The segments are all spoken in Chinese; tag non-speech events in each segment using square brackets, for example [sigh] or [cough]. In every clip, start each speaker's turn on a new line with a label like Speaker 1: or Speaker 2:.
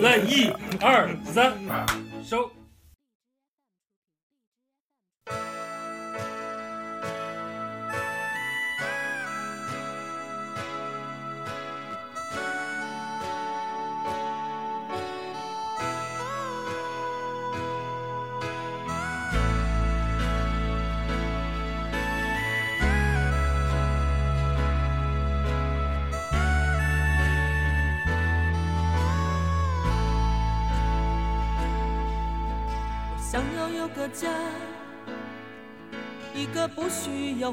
Speaker 1: 来一二三，收。
Speaker 2: 想要有个家，一个不需要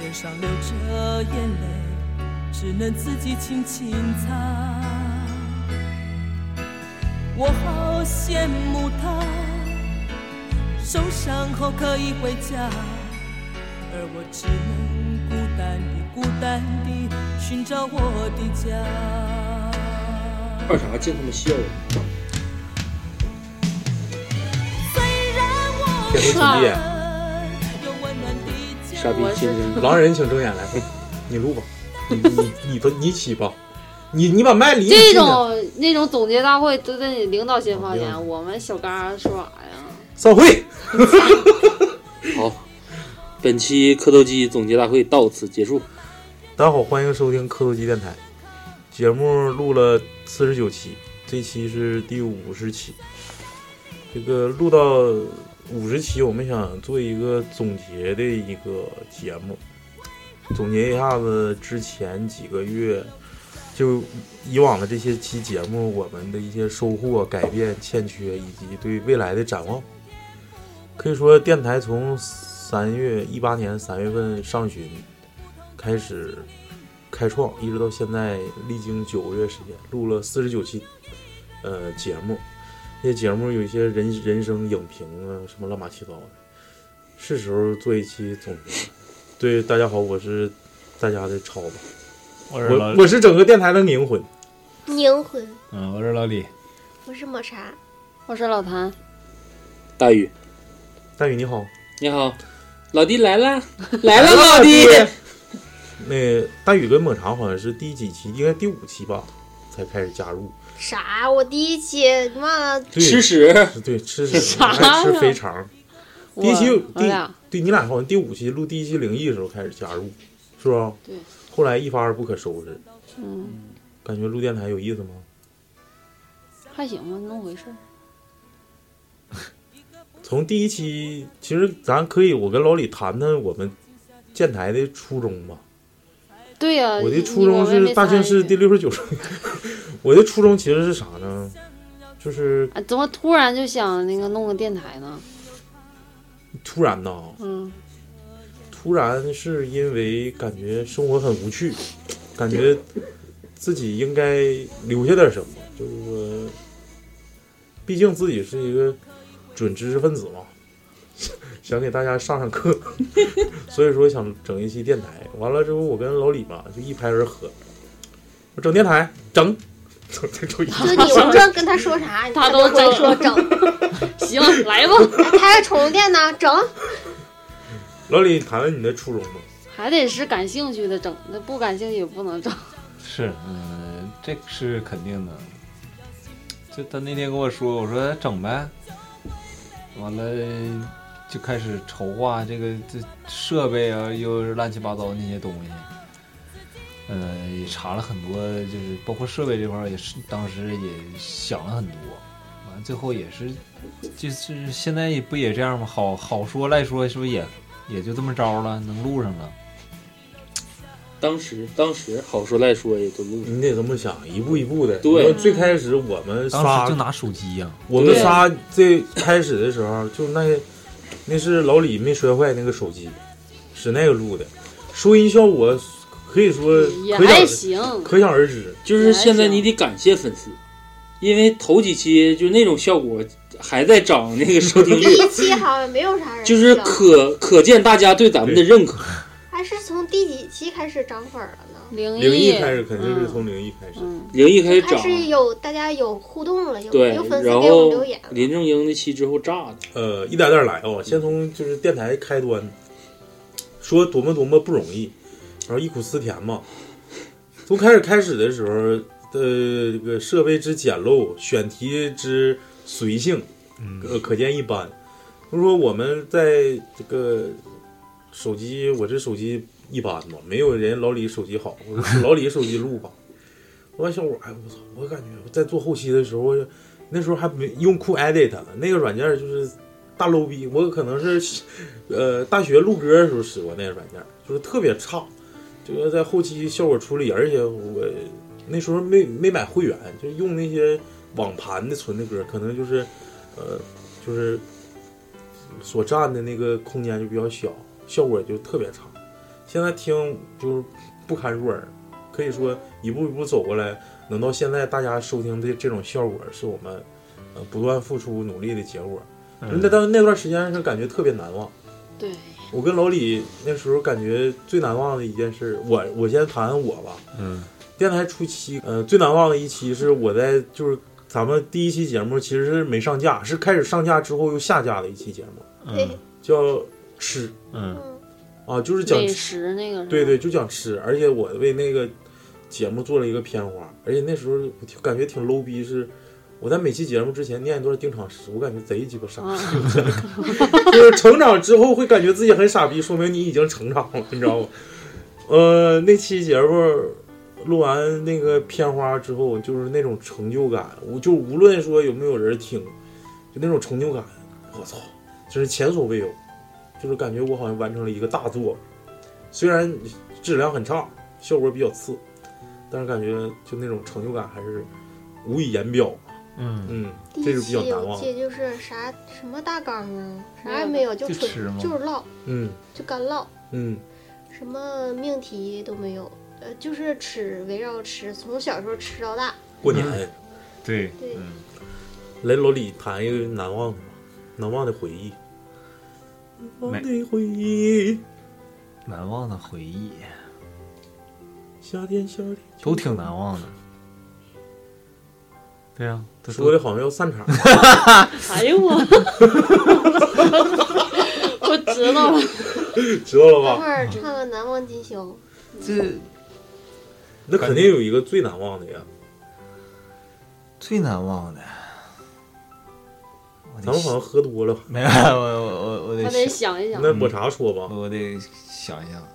Speaker 2: 脸上流着眼泪，只能自己轻轻擦。我好羡慕他，受伤后可以回家，而我只能孤单地、孤单地寻找我的家。
Speaker 3: 二傻见他们笑了。
Speaker 4: 这回
Speaker 2: 虽然我
Speaker 4: 怎么演
Speaker 2: 有温暖的家
Speaker 3: 傻逼天真，
Speaker 4: 狼人，请睁眼来，你录吧，你你你吧，你起吧，你你把麦离
Speaker 5: 这种那种总结大会都得领导先发言，我们小刚说啥呀？
Speaker 4: 散会。
Speaker 3: 好，本期磕头机总结大会到此结束。
Speaker 4: 大家好，欢迎收听磕头机电台，节目录了四十九期，这期是第五十期。这个录到五十期，我们想做一个总结的一个节目，总结一下子之前几个月就以往的这些期节目，我们的一些收获、改变、欠缺，以及对未来的展望。可以说，电台从三月一八年三月份上旬开始开创，一直到现在，历经九个月时间，录了四十九期呃节目。这些节目有一些人人生影评啊，什么乱七八糟的，是时候做一期总结了。对，大家好，我是大家的超子，
Speaker 6: 我是老
Speaker 4: 我，我是整个电台的灵魂。
Speaker 7: 凝魂，
Speaker 6: 嗯，我是老李，
Speaker 7: 不是抹茶。
Speaker 5: 我是老谭，
Speaker 3: 大宇，
Speaker 4: 大宇你好，
Speaker 3: 你好，老弟来
Speaker 4: [laughs]
Speaker 3: 啦，来了，老弟。
Speaker 4: 那大宇跟抹茶好像是第几期，应该第五期吧，才开始加入。
Speaker 7: 啥？我第一期你忘了？
Speaker 4: 对
Speaker 3: 吃屎！
Speaker 4: 对，
Speaker 3: [laughs]
Speaker 4: 吃屎，爱吃肥肠。第一期
Speaker 5: 我我
Speaker 4: 第
Speaker 5: 俩
Speaker 4: 对你俩好像第五期录第一期灵异的时候开始加入，是吧？
Speaker 5: 对。
Speaker 4: 后来一发而不可收拾，
Speaker 5: 嗯，
Speaker 4: 感觉录电台有意思吗？
Speaker 5: 还行吧，那么回事儿。
Speaker 4: 从第一期，其实咱可以，我跟老李谈谈我们建台的初衷吧。
Speaker 5: 对呀、
Speaker 4: 我的
Speaker 5: 呃你
Speaker 4: 初衷是大庆市第。
Speaker 5: 你我也没
Speaker 4: 六十九 [laughs]
Speaker 5: 参与
Speaker 4: 中，我的初衷其实是啥呢？就是
Speaker 5: 啊，怎么突然就想那个弄个电
Speaker 7: [laughs]
Speaker 5: 台呢？
Speaker 4: 突然呐，
Speaker 5: 嗯，
Speaker 4: 突然是因为感觉生活很无趣，感觉自己应该留下点什么，就是说，毕竟自己是一个准知识分子嘛， [laughs] 想给大家上上课，所以说想整一期电台。完了之后，我跟老李吧就一拍而合，我整电台，整， [laughs] 整整整一
Speaker 7: 就你无论跟他说啥，
Speaker 5: 他
Speaker 7: 都
Speaker 5: 都
Speaker 7: 会
Speaker 5: 整
Speaker 7: 说整。
Speaker 5: 行，来吧， [laughs]
Speaker 7: 开个宠物店呢，整。
Speaker 4: 老李谈谈你的初衷吧。
Speaker 5: 还得是感兴趣的整，那不感兴趣也不能整。
Speaker 4: [laughs]
Speaker 6: 是，嗯，这个是肯定的。就他那天跟我说，我说整呗，完了就开始筹划这个这设备啊，又是乱七八糟那些东西。呃，也查了很多，就是包括设备这块儿，也是当时也想了很多。完最后也是，就是现在也不也这样吗？好好说赖说，是不是也也就这么着了？能录上了？
Speaker 1: 当时当时好说赖说也都录上，
Speaker 4: 你得这么想，一步一步的。
Speaker 1: 对
Speaker 4: 你看最开始我们
Speaker 6: 当
Speaker 4: 仨
Speaker 6: 时就拿手机呀、
Speaker 4: 我们
Speaker 1: 对
Speaker 4: 仨最开始的时候，就那那是老李没摔坏那个手机，是那个录的，收音效果可以说
Speaker 5: 也
Speaker 4: 可
Speaker 5: 还
Speaker 4: 想
Speaker 5: 行，
Speaker 4: 可想而知。
Speaker 1: 就是现在你得感谢粉丝，因为头几期就那种效果还在涨那个收听
Speaker 7: [laughs] 第
Speaker 1: 率，
Speaker 7: 一期好像没有啥人听，
Speaker 1: 就是可可见大家对咱们的认可。
Speaker 7: 还是从第几期开始涨粉了呢？
Speaker 5: 灵
Speaker 4: 灵
Speaker 5: 异
Speaker 4: 异开始肯定是从灵异开始，
Speaker 5: 嗯，
Speaker 1: 灵异开始
Speaker 7: 开
Speaker 1: 涨，
Speaker 7: 始有大家有互动了，有
Speaker 1: 对
Speaker 7: 有粉，丝
Speaker 1: 然
Speaker 7: 给我
Speaker 1: 后
Speaker 7: 们留言了。
Speaker 1: 林正英那期之后炸的，
Speaker 4: 呃，一点点来啊、先从就是电台开端，说多么多么不容易，然后忆苦思甜嘛。从开始开始的时候，呃，这个设备之简陋，选题之随性，呃，可见一斑。就说我们在这个手机，我这手机一般嘛，没有人老李手机好。我说老李手机录吧，我小伙，哎，我操，我感觉我在做后期的时候，那时候还没用酷 edit 呢那个软件，就是大 low 逼。我可能是呃大学录歌的时候使过那个软件，就是特别差，就是在后期效果处理，而且我那时候没没买会员，就用那些网盘的存的歌，可能就是呃就是所占的那个空间就比较小，效果就特别差。现在听就是不堪入耳，可以说一步一步走过来，能到现在大家收听的这种效果，是我们呃不断付出努力的结果。
Speaker 2: 哎
Speaker 6: 嗯
Speaker 4: 那当那段时间是感觉特别难忘。
Speaker 5: 对，
Speaker 4: 我跟老李那时候感觉最难忘的一件事，我我先谈谈我吧。
Speaker 6: 嗯，
Speaker 4: 电台初期，呃，最难忘的一期是我在就是咱们第一期节目其实是没上架，是开始上架之后又下架的一期节目，
Speaker 7: 对
Speaker 6: 嗯
Speaker 4: 叫吃
Speaker 6: 嗯
Speaker 7: 嗯，
Speaker 4: 啊，就是讲
Speaker 5: 美食那个是吧
Speaker 4: 对对，就讲吃，而且我为那个节目做了一个片花，而且那时候我挺感觉挺 low 逼，是我在每期节目之前念一段定场诗，我感觉贼鸡巴傻，
Speaker 5: 啊，
Speaker 4: [laughs] 就是成长之后会感觉自己很傻逼，说明你已经成长了，你知道吗？呃，那期节目录完那个片花之后，就是那种成就感，我就无论说有没有人听，就那种成就感，我操，真是前所未有，就是感觉我好像完成了一个大作，虽然质量很差，效果比较次，但是感觉就那种成就感还是无以言表，
Speaker 6: 嗯，
Speaker 4: 嗯，
Speaker 7: 第
Speaker 4: 这
Speaker 7: 一
Speaker 4: 是比
Speaker 7: 期
Speaker 4: 较难
Speaker 7: 有
Speaker 4: 忘的，
Speaker 7: 记就是啥什么大纲啊，啥也没有，就
Speaker 6: 就
Speaker 7: 纯
Speaker 6: 吃吗
Speaker 7: 就是唠，
Speaker 4: 嗯
Speaker 7: 就干唠，
Speaker 4: 嗯，
Speaker 7: 什么命题都没有，呃，就是吃，围绕吃，从小时候吃到大。
Speaker 4: 过年。
Speaker 6: 对，
Speaker 7: 对
Speaker 6: 嗯
Speaker 4: 来老李谈一个难忘的吧，难忘的回忆。难忘的回忆，
Speaker 6: 难忘的回忆
Speaker 4: 夏天夏天
Speaker 6: 都挺难忘的。对呀、都
Speaker 4: 说的好像要散场，
Speaker 5: 哎呦我， [laughs] 我知道
Speaker 4: [laughs]
Speaker 5: 了，
Speaker 4: 知道了
Speaker 2: [laughs]
Speaker 7: 等会
Speaker 4: 吧？
Speaker 7: 儿唱个《难忘今宵》，
Speaker 6: 这
Speaker 4: 那肯定有一个最难忘的呀，
Speaker 6: 最难忘的，我
Speaker 4: 咱
Speaker 6: 得
Speaker 4: 们好像喝多了。
Speaker 6: [laughs] 没有，我我我我
Speaker 5: 我
Speaker 6: 得
Speaker 5: 得
Speaker 6: 想
Speaker 5: 想一想，
Speaker 2: 嗯
Speaker 4: 那抹茶说吧，
Speaker 6: 我得想一想。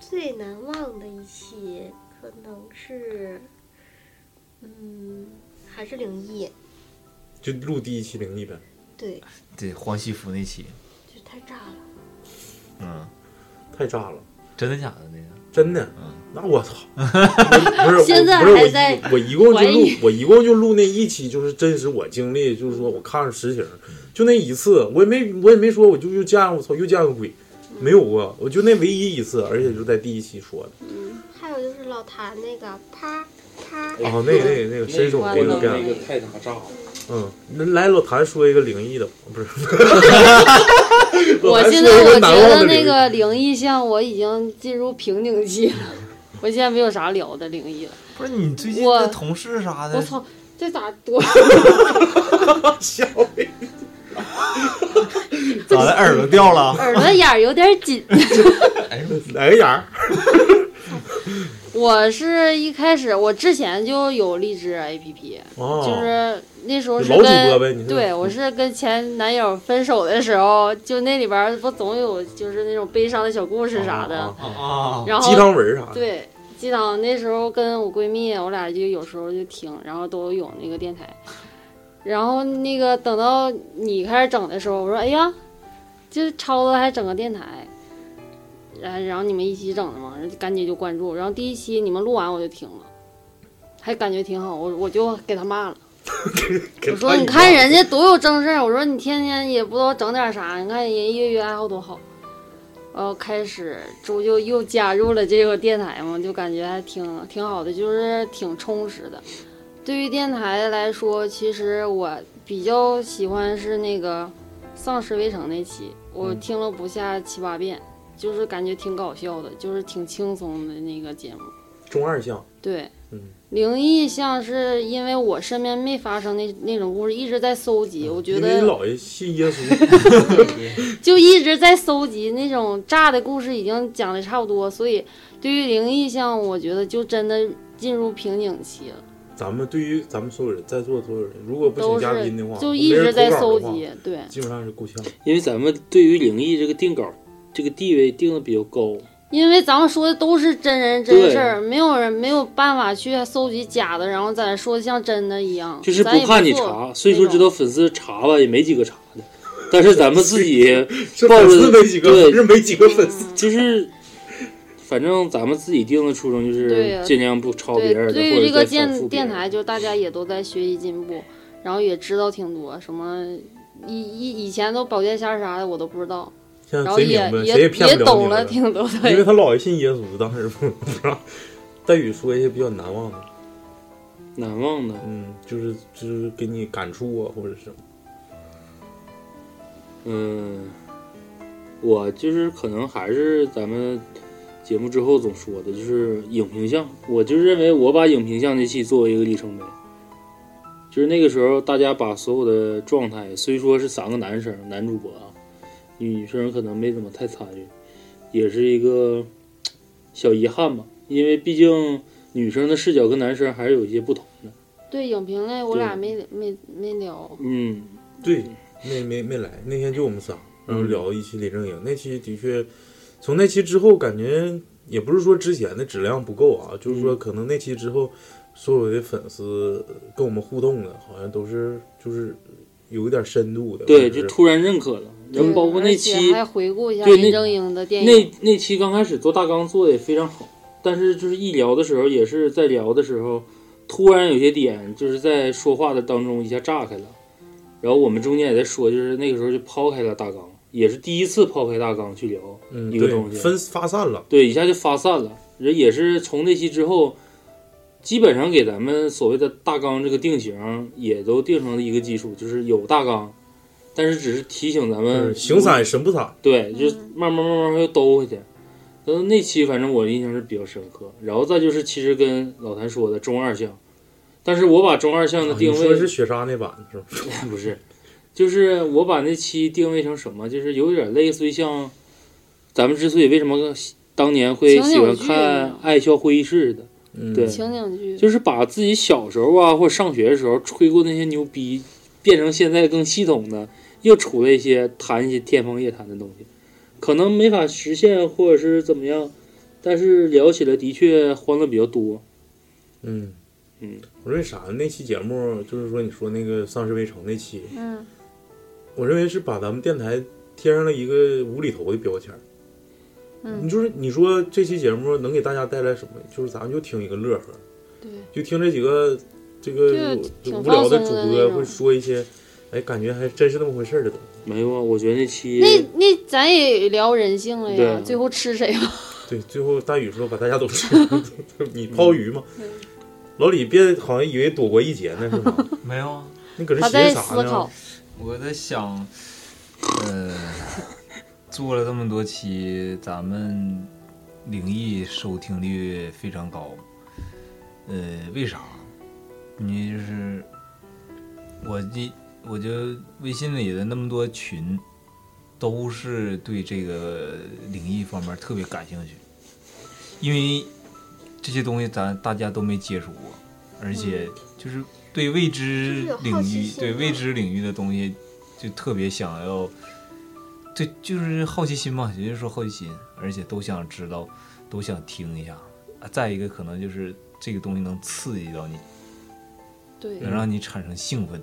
Speaker 7: 最难忘的一期可能是，嗯，还是灵异，
Speaker 4: 就录第一期灵异呗。
Speaker 7: 对，
Speaker 6: 对，黄西服那期，
Speaker 7: 就太炸了。
Speaker 6: 嗯，
Speaker 4: 太炸了，
Speaker 6: 真的假的那个？
Speaker 4: 真的
Speaker 6: 嗯。
Speaker 4: 那我
Speaker 2: [laughs]
Speaker 4: 操，我不是，我
Speaker 5: 现在
Speaker 4: 不是我
Speaker 5: 还
Speaker 4: 一
Speaker 5: 在
Speaker 4: 我一共就
Speaker 5: 怀
Speaker 4: 录
Speaker 5: 疑，
Speaker 4: 我一共就录那一期，就是真实我经历，就是说我看着实情，
Speaker 6: 嗯
Speaker 4: 就那一次，我也没我也没说，我就又见我操又见个鬼，没有过，我就那唯一一次，而且就在第一期说的。
Speaker 7: 还有就是老谭那个啪啪，
Speaker 6: 哎
Speaker 4: 哦，那个那个那个伸手
Speaker 5: 那
Speaker 4: 那
Speaker 5: 个
Speaker 4: 个
Speaker 5: 关了
Speaker 4: 变
Speaker 5: 那
Speaker 4: 了，
Speaker 5: 个
Speaker 1: 太他妈炸哎了，
Speaker 4: 嗯，那来老谭说一个灵异的吧，不是？
Speaker 5: 我
Speaker 4: 老谭
Speaker 5: 现
Speaker 4: 说
Speaker 5: 在
Speaker 4: 一
Speaker 5: 我觉
Speaker 4: 难忘的灵
Speaker 5: 得那
Speaker 4: 异
Speaker 5: 个灵异像我已经进入瓶颈期了，我现在没有啥聊的灵异了。
Speaker 6: [laughs] 不是你最近
Speaker 5: 我
Speaker 6: 的同事啥的？
Speaker 5: 我操，这咋多？
Speaker 6: [laughs]
Speaker 5: [laughs]
Speaker 4: 笑的，
Speaker 6: 咋的？耳朵掉 [laughs] 了？
Speaker 5: 耳朵眼儿有点紧。
Speaker 4: 哪个眼儿？
Speaker 5: 我是一开始我之前就有荔枝 APP，
Speaker 4: 哦，
Speaker 5: 就是那时候是
Speaker 4: 老主播呗，
Speaker 5: 跟
Speaker 4: 你是
Speaker 5: 对我是跟前男友分手的时候，就那里边儿不总有就是那种悲伤的小故事啥的，
Speaker 4: 啊啊啊
Speaker 6: 啊，
Speaker 5: 然
Speaker 4: 鸡
Speaker 5: 后
Speaker 6: [laughs]
Speaker 4: 汤文啥的，
Speaker 5: 对记得那时候跟我闺蜜，我俩就有时候就听，然后都有那个电台。然后那个等到你开始整的时候，我说：“哎呀，这超子还整个电台。”然然后你们一起整的嘛，赶紧就关注。然后第一期你们录完我就听了，还感觉挺好，我我就给他骂了。我说你看人家多有正事儿，我说你天天也不知道整点啥，你看人业余爱好多好。然后开始猪就又加入了这个电台嘛，就感觉还挺挺好的，就是挺充实的。对于电台来说，其实我比较喜欢是那个《丧尸围城》那期，我听了不下七八遍，就是感觉挺搞笑的，就是挺轻松的那个节目。
Speaker 6: 中二项，
Speaker 5: 对，
Speaker 6: 嗯，
Speaker 5: 灵异像是因为我身边没发生那那种故事，一直在搜集，我觉
Speaker 6: 嗯因为
Speaker 5: 得
Speaker 6: 你姥爷信
Speaker 5: [laughs]
Speaker 6: 耶稣，
Speaker 5: 就一直在搜集那种炸的故事，已经讲的差不多，所以对于灵异像，我觉得就真的进入瓶颈期了，
Speaker 6: 咱们对于咱们所有人在座的所有人，如果不
Speaker 5: 都
Speaker 6: 请
Speaker 5: 是
Speaker 6: 嘉宾的话，
Speaker 5: 就
Speaker 6: 没
Speaker 5: 一直
Speaker 6: 人
Speaker 5: 在
Speaker 6: 投
Speaker 5: 搜
Speaker 6: 稿的话
Speaker 5: 集，对，
Speaker 6: 基本上是够呛。
Speaker 1: 因为咱们对于灵异这个定稿这个地位定的比较高，
Speaker 5: 因为咱们说的都是真人真
Speaker 1: 对
Speaker 5: 事儿，没有人没有办法去搜集假的，然后再说的像真的一样，
Speaker 1: 就是
Speaker 5: 咱也
Speaker 1: 怕你
Speaker 5: 做
Speaker 1: 查，虽说知道粉丝查吧，也没几个查的，但是咱们自
Speaker 5: [laughs]
Speaker 1: 己
Speaker 5: 嗯
Speaker 6: 是
Speaker 1: 抱
Speaker 6: 粉
Speaker 1: 着
Speaker 6: 丝没几个，
Speaker 1: 对
Speaker 6: 是没几个粉丝。
Speaker 1: 就是， [laughs] 反正咱们自己定的初衷就
Speaker 5: 对
Speaker 1: 是
Speaker 5: 呀
Speaker 1: 尽量不抄别人的，
Speaker 5: 对，对
Speaker 1: 或
Speaker 5: 于
Speaker 1: 者
Speaker 5: 这个
Speaker 1: 再反
Speaker 5: 电
Speaker 1: 复别
Speaker 5: 电
Speaker 1: 人。
Speaker 5: 台，就大家也都在学习进步，然后也知道挺多什么以以以前都保健仙儿啥的我都不知道，
Speaker 6: 现
Speaker 5: 然
Speaker 6: 在
Speaker 5: 后
Speaker 6: 谁
Speaker 5: 也
Speaker 6: 明白，
Speaker 5: 也
Speaker 6: 谁骗不
Speaker 5: 也
Speaker 6: 了你
Speaker 5: 懂了挺多对
Speaker 6: 因为他姥爷信耶稣，当时不不让。戴宇说一些比较难忘的，
Speaker 1: 难忘的，
Speaker 6: 嗯，就是就是给你感触啊，或者是什么。
Speaker 1: 嗯，我就是可能还是咱们节目之后总说的，就是影评项，我就认为我把影评项这期作为一个里程碑，就是那个时候大家把所有的状态，虽说是三个男生男主播啊，女生可能没怎么太参与，也是一个小遗憾吧，因为毕竟女生的视角跟男生还是有一些不同的，
Speaker 5: 对影评类我俩
Speaker 1: 对
Speaker 5: 没没没聊，
Speaker 1: 嗯。
Speaker 6: 对，没没没来，那天就我们仨，然后聊一期林正英。那期的确，从那期之后，感觉也不是说之前的质量不够啊，就是说可能那期之后，所有的粉丝跟我们互动的，好像都是就是有一点深度的，
Speaker 1: 对，
Speaker 6: 或者是
Speaker 1: 就突然认可了。然后包括那
Speaker 5: 而
Speaker 1: 期
Speaker 5: 且还回顾一下
Speaker 1: 对
Speaker 5: 林
Speaker 1: 那
Speaker 5: 正英的电
Speaker 1: 那
Speaker 5: 影，
Speaker 1: 那期刚开始做大纲做的也非常好，但是就是一聊的时候，也是在聊的时候，突然有些点就是在说话的当中一下炸开了。然后我们中间也在说，就是那个时候就抛开了大纲，也是第一次抛开大纲去聊
Speaker 6: 嗯，
Speaker 1: 一个
Speaker 6: 对
Speaker 1: 东西，
Speaker 6: 分发散了。
Speaker 1: 对，一下就发散了。人也是从那期之后，基本上给咱们所谓的大纲这个定型也都定成了一个基础，就是有大纲，但是只是提醒咱
Speaker 6: 嗯，
Speaker 1: 们
Speaker 6: 行散神不散，
Speaker 1: 对，就是慢慢慢慢又兜回去。然后那期反正我印象是比较深刻，然后再就是其实跟老谭说的中二项，但是我把中二项的
Speaker 6: 啊
Speaker 1: 定
Speaker 6: 你
Speaker 1: 位、
Speaker 6: 说是雪莎那版是吧？
Speaker 1: 不是，就是我把那期定位成什么，就是有点类似于像咱们之所以为什么当年会喜欢看《爱笑会议室》的，
Speaker 6: 嗯，
Speaker 1: 对
Speaker 5: 情景剧，
Speaker 1: 就是把自己小时候啊或者上学的时候吹过那些牛逼，变成现在更系统的，又出了一些谈一些天方夜谭的东西，可能没法实现或者是怎么样，但是聊起来的确欢乐比较多。
Speaker 6: 嗯
Speaker 1: 嗯，
Speaker 6: 我认为啥？那期节目就是说，你说那个《丧尸围城》那期，
Speaker 5: 嗯，
Speaker 6: 我认为是把咱们电台贴上了一个无厘头的标签儿。
Speaker 5: 嗯
Speaker 6: 你就是你说这期节目能给大家带来什么？就是咱们就听一个乐呵，
Speaker 5: 对，
Speaker 6: 就听这几个这个
Speaker 5: 就挺
Speaker 6: 无聊
Speaker 5: 放
Speaker 6: 的主
Speaker 5: 松的那
Speaker 6: 播
Speaker 5: 种
Speaker 6: 会说一些，哎，感觉还真是那么回事儿的东西。
Speaker 1: 没有啊，我觉得那期
Speaker 5: 那那咱也聊人性了呀，
Speaker 1: 对
Speaker 5: 最后吃谁吧？
Speaker 6: 对，最后大宇说把大家都吃了， [laughs] 你抛鱼嘛。
Speaker 5: 嗯
Speaker 6: 老李别好像以为躲过一劫呢是吗？
Speaker 2: 没有啊，
Speaker 6: 你搁这
Speaker 5: 他
Speaker 6: 寻
Speaker 5: 在
Speaker 6: 思啥
Speaker 5: 思
Speaker 6: 呢嗯
Speaker 5: 考？，
Speaker 2: 我在想，呃，做了这么多期，咱们灵异收听率非常高，呃，为啥？你就是我这我就微信里的那么多群，都是对这个灵异方面特别感兴趣，因为这些东西咱大家都没接触过，而且就是对未知
Speaker 7: 嗯就是有好
Speaker 2: 领
Speaker 7: 奇
Speaker 2: 域
Speaker 7: 心
Speaker 2: 对
Speaker 7: 嘛
Speaker 2: 未知领域的东西就特别想要，对，就是好奇心嘛，也就是说好奇心，而且都想知道，都想听一下，再一个可能就是这个东西能刺激到你，
Speaker 5: 对，
Speaker 2: 能让你产生兴奋。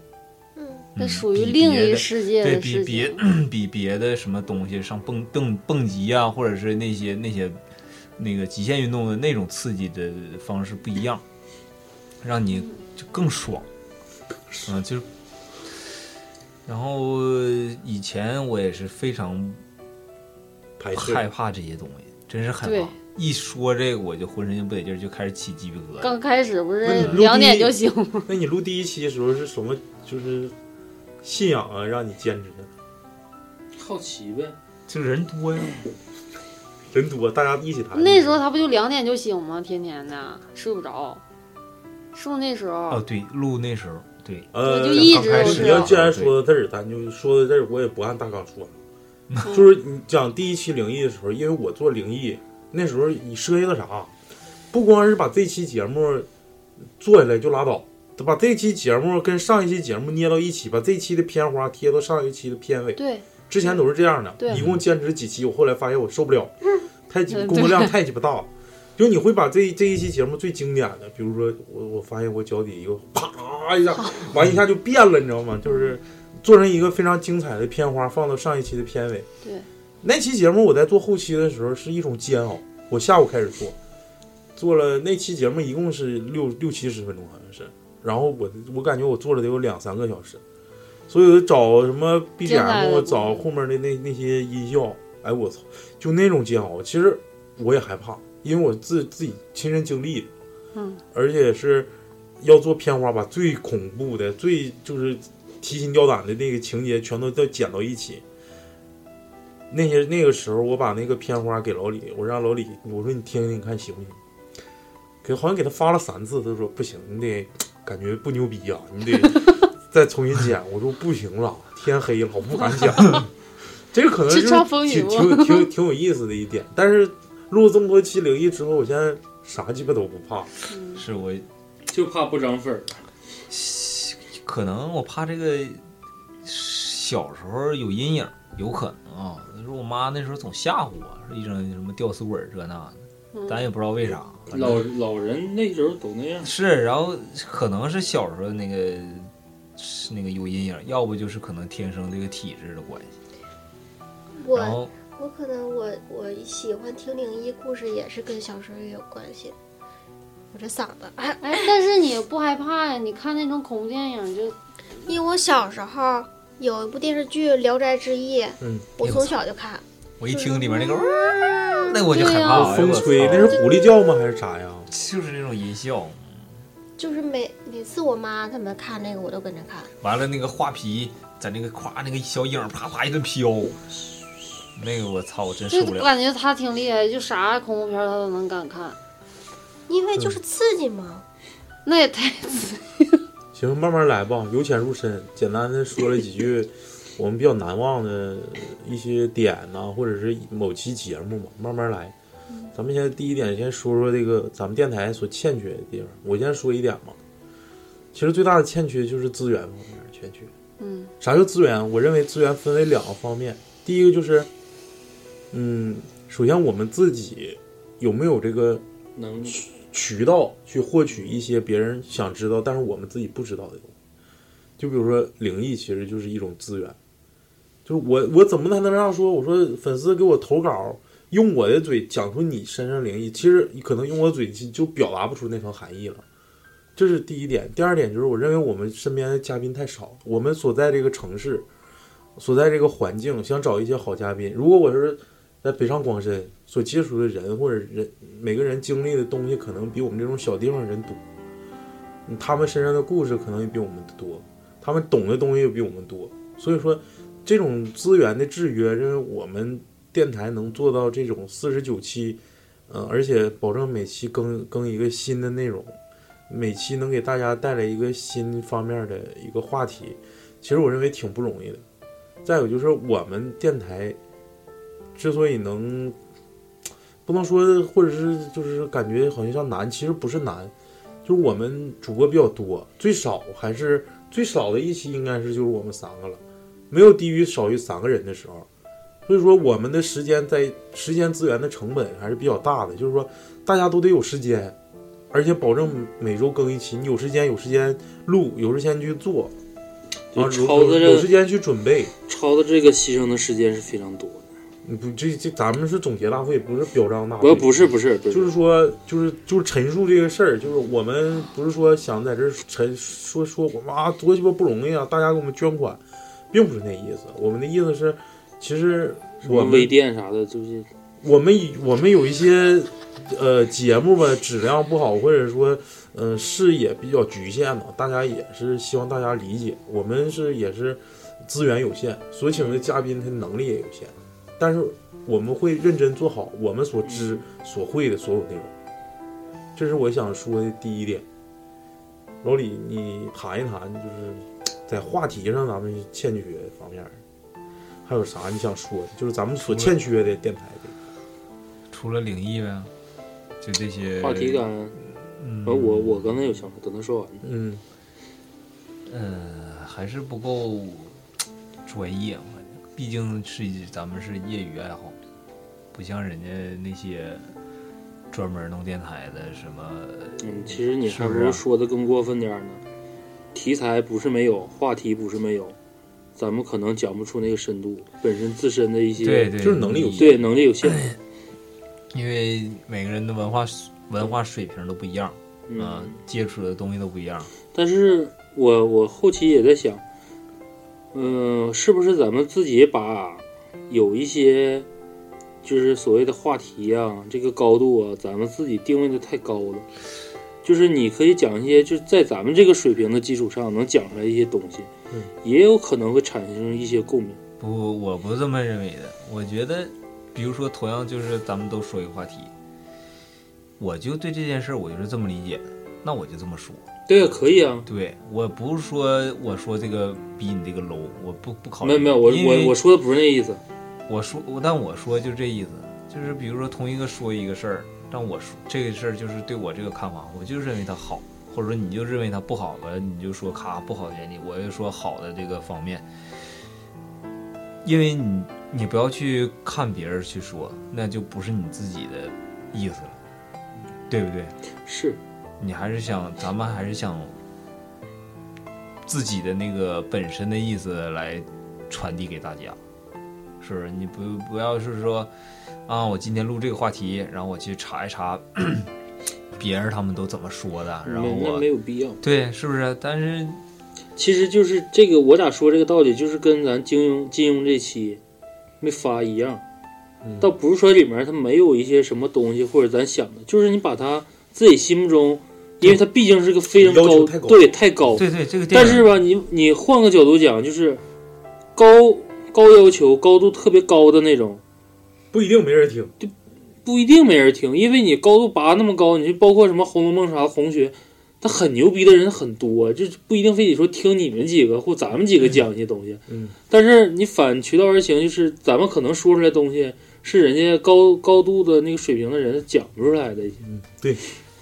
Speaker 5: 嗯，
Speaker 2: 嗯
Speaker 5: 那属于
Speaker 2: 比
Speaker 5: 另
Speaker 2: 别
Speaker 5: 一
Speaker 2: 的
Speaker 5: 世界
Speaker 2: 对
Speaker 5: 的
Speaker 2: 比
Speaker 5: 事
Speaker 2: 别
Speaker 5: 情。
Speaker 2: [clears throat] 比别的什么东西，上蹦蹦蹦极啊，或者是那些那些那个极限运动的那种刺激的方式不一样，让你就更爽。嗯，就是，然后以前我也是非常
Speaker 6: 排斥
Speaker 2: 害怕这些东西，真是害
Speaker 5: 对
Speaker 2: 怕。一说这个，我就浑身就不得劲儿，就开始起鸡皮疙瘩。
Speaker 5: 刚开始不是
Speaker 6: 那你录
Speaker 5: 两
Speaker 6: 第
Speaker 5: 点
Speaker 6: 一
Speaker 5: 就醒，
Speaker 6: 那你录第一期的时候是什么？就是信仰啊，让你坚持的？
Speaker 1: 好奇呗。
Speaker 2: 就人多呀，
Speaker 6: 人多，大家一起谈。
Speaker 5: 那时候他不就两点就醒吗？天天的睡不着，是不是那时候？
Speaker 2: 哦，对，录那时候，对，
Speaker 6: 呃，
Speaker 5: 就一直
Speaker 2: 刚开
Speaker 5: 有
Speaker 2: 始
Speaker 5: 这
Speaker 6: 你要
Speaker 5: 样
Speaker 6: 既然
Speaker 2: 对
Speaker 6: 说到这儿，咱就说到这儿，我也不按大纲说
Speaker 5: 嗯
Speaker 6: 了。就是你讲第一期灵异的时候，因为我做灵异，那时候你涉及到啥？不光是把这期节目做下来就拉倒，把这期节目跟上一期节目捏到一起，把这期的片花贴到上一期的片尾。
Speaker 5: 对，
Speaker 6: 之前都是这样的
Speaker 5: 对，
Speaker 6: 一共坚持几期，我后来发现我受不了，太鸡
Speaker 5: 嗯
Speaker 6: 工作量
Speaker 5: 对 [laughs]
Speaker 6: 太鸡巴大了。就你会把这这一期节目最经典的，比如说我我发现我脚底一个啪一下，完一下就变了，你知道吗？就是做成一个非常精彩的片花，放到上一期的片尾。
Speaker 5: 对，
Speaker 6: 那期节目我在做后期的时候是一种煎熬，我下午开始做，做了那期节目一共是六六七十分钟好像是，然后我我感觉我做了得有两三个小时，所以我就找什么
Speaker 5: 精彩的
Speaker 6: BGM，
Speaker 5: 部分
Speaker 6: 啊找后面的那那些音效，哎我操，就那种煎熬，其实我也害怕，因为我自自己亲身经历的，
Speaker 5: 嗯，
Speaker 6: 而且是要做片花，把最恐怖的、最就是提心吊胆的那个情节全都都剪到一起。那些那个时候，我把那个片花给老李，我让老李，我说你听听，你看行不行？给好像给他发了三次，他说不行，你得感觉不牛逼呀、
Speaker 5: [laughs]
Speaker 6: 你得再重新剪。我说不行了，天黑了，我不敢
Speaker 5: [laughs]
Speaker 6: 剪。这个可能
Speaker 5: 是
Speaker 6: 就是
Speaker 5: 唱风雨
Speaker 6: 挺
Speaker 5: 吗
Speaker 6: 挺挺挺有意思的一点，但是录了这么多期灵异之后，我现在啥鸡巴都不怕。
Speaker 2: 是我
Speaker 1: 就怕不涨粉儿。
Speaker 2: 可能我怕这个小时候有阴影，有可能啊。那时候我妈那时候总吓唬我，说一整什么吊死鬼儿这那的，咱也不知道为啥。反正
Speaker 1: 老老人那时候都那样，
Speaker 2: 是，然后可能是小时候那个是那个有阴影，要不就是可能天生这个体质的关系。
Speaker 7: 我
Speaker 2: 然后
Speaker 7: 我可能我我喜欢听灵异故事，也是跟小时候也有关系。我这嗓子，哎
Speaker 5: 哎，但是你不害怕呀？你看那种恐怖电影就
Speaker 7: 因为我小时候有一部电视剧《聊斋志异》，
Speaker 6: 嗯，
Speaker 7: 我从小就看，
Speaker 2: 我一听里面那个，那哎我就害
Speaker 5: 对
Speaker 2: 怕
Speaker 5: 呀
Speaker 2: 了。
Speaker 6: 风
Speaker 2: 我
Speaker 6: 吹
Speaker 2: 操
Speaker 6: 那是狐狸叫吗？还是啥呀？
Speaker 2: 就是那种音效，
Speaker 7: 就是每每次我妈他们看那个，我都跟着看。
Speaker 2: 完了那个画皮在那个夸那个小影儿啪啪一顿飘，那个我操，我真受
Speaker 5: 就
Speaker 2: 不了。
Speaker 5: 感觉他挺厉害，就啥恐怖片儿他都能敢看，
Speaker 7: 因为
Speaker 6: 嗯
Speaker 7: 就是刺激嘛，
Speaker 5: 那也太
Speaker 6: 行，慢慢来吧，由浅入深，简单的说了几句我们比较难忘的一些点呐、或者是某期节目嘛，慢慢来。咱们现在第一点，先说说这个咱们电台所欠缺的地方。我先说一点嘛，其实最大的欠缺就是资源方面的欠缺。
Speaker 5: 嗯，
Speaker 6: 啥叫资源？我认为资源分为两个方面，第一个就是，嗯，首先我们自己有没有这个
Speaker 1: 能
Speaker 6: 渠道去获取一些别人想知道，但是我们自己不知道的东西。就比如说灵异，其实就是一种资源。就是我我怎么才能让说我说粉丝给我投稿，用我的嘴讲出你身上灵异，其实可能用我嘴就就表达不出那层含义了。这是第一点，第二点就是我认为我们身边的嘉宾太少，我们所在这个城市，所在这个环境，想找一些好嘉宾。如果我是在北上广深所接触的人或者人每个人经历的东西，可能比我们这种小地方人多，嗯他们身上的故事可能也比我们多，他们懂的东西也比我们多。所以说，这种资源的制约，认为我们电台能做到这种四十九期，嗯、而且保证每期更更一个新的内容，每期能给大家带来一个新方面的一个话题，其实我认为挺不容易的。再有就是我们电台之所以能不能说，或者是就是感觉好像像难，其实不是难，就是我们主播比较多，最少还是最少的一期应该是就是我们三个了，没有低于少于三个人的时候，所以说我们的时间在时间资源的成本还是比较大的，就是说大家都得有时间，而且保证每周更一期，你有时间有时间录，有时间去做，
Speaker 1: 就
Speaker 6: 啊，有
Speaker 1: 超
Speaker 6: 有
Speaker 1: 子这
Speaker 6: 有时间去准备，
Speaker 1: 超子这个牺牲的时间是非常多的。
Speaker 6: 你不，这这咱们是总结大会，不是表彰大会。
Speaker 1: 不，不是，不是，不
Speaker 6: 啊就是说，就是就是陈述这个事儿，就是我们不是说想在这儿陈说说我们啊多鸡巴不容易啊，大家给我们捐款，并不是那意思。我们的意思是，其实
Speaker 1: 什
Speaker 6: 我
Speaker 1: 么
Speaker 6: 们
Speaker 1: 微店啥的，就是
Speaker 6: 我们以我们有一些呃节目吧，质量不好，或者说呃视野比较局限的，大家也是希望大家理解。我们是也是资源有限，所请的嘉宾他能力也有限，但是我们会认真做好我们所知所会的所有内容。这是我想说的第一点。老李，你谈一谈，就是在话题上咱们欠缺方面儿，还有啥你想说的？就是咱们所欠缺的电台这个。
Speaker 2: 除了灵异呗，就这些
Speaker 1: 话题感。呃，我我刚才有想法，等他说完。
Speaker 6: 嗯，
Speaker 2: 呃，还是不够专业，我感觉毕竟是一咱们是业余爱好，不像人家那些专门弄电台的什么。
Speaker 1: 嗯，其实你
Speaker 2: 是
Speaker 1: 还
Speaker 2: 不
Speaker 1: 不
Speaker 2: 是啊
Speaker 1: 如说的更过分点儿呢。题材不是没有，话题不是没有，咱们可能讲不出那个深度，本身自身的一些
Speaker 2: 对对就是能力有限
Speaker 1: 对能力有限。
Speaker 2: 因为每个人的文化文化水平都不一样，
Speaker 1: 嗯
Speaker 2: 啊，接触的东西都不一样。
Speaker 1: 但是我我后期也在想，嗯、是不是咱们自己把有一些就是所谓的话题啊，这个高度啊，咱们自己定位的太高了。就是你可以讲一些，就是在咱们这个水平的基础上，能讲出来一些东西，
Speaker 6: 嗯
Speaker 1: 也有可能会产生一些共鸣。
Speaker 2: 不，我不是这么认为的。我觉得，比如说，同样就是咱们都说一个话题，我就对这件事儿我就是这么理解，那我就这么说。
Speaker 1: 对啊，可以啊。
Speaker 2: 对我不是说我说这个比你这个 low，我不不考虑。
Speaker 1: 没有没有，我
Speaker 2: 因为
Speaker 1: 我我说的不是那意思。
Speaker 2: 我说我，但我说就这意思，就是比如说同一个说一个事儿，但我说这个事儿就是对我这个看法，我就认为它好，或者说你就认为它不好，完了你就说咔不好的原因，我就说好的这个方面，因为你你不要去看别人去说，那就不是你自己的意思了，对不对？
Speaker 1: 是，
Speaker 2: 你还是想咱们还是想自己的那个本身的意思来传递给大家，是不是？你不不要是说啊，我今天录这个话题，然后我去查一查别人他们都怎么说的，然后
Speaker 1: 没那
Speaker 2: 我
Speaker 1: 没有必要。
Speaker 2: 对，是不是？但是
Speaker 1: 其实就是这个，我咋说这个道理，就是跟咱金庸金庸这期没发一样，
Speaker 2: 嗯
Speaker 1: 倒不是说里面它没有一些什么东西，或者咱想的，就是你把它自己心目中，因为它毕竟是个非常
Speaker 2: 要
Speaker 1: 高，
Speaker 2: 求太高
Speaker 1: 对，太高，
Speaker 2: 对对啊这个电
Speaker 1: 哦但
Speaker 2: 影
Speaker 1: 是吧，你你换个角度讲，就是高高要求、高度特别高的那种，
Speaker 6: 不一定没人听，
Speaker 1: 不一定没人听，因为你高度拔那么高，你就包括什么《红楼梦》啥的红学，他很牛逼的人很多，就是不一定非得说听你们几个或咱们几个讲一些东西。
Speaker 6: 嗯，
Speaker 1: 但是你反渠道而行，就是咱们可能说出来的东西是人家高高度的那个水平的人讲不出来的。
Speaker 6: 嗯对，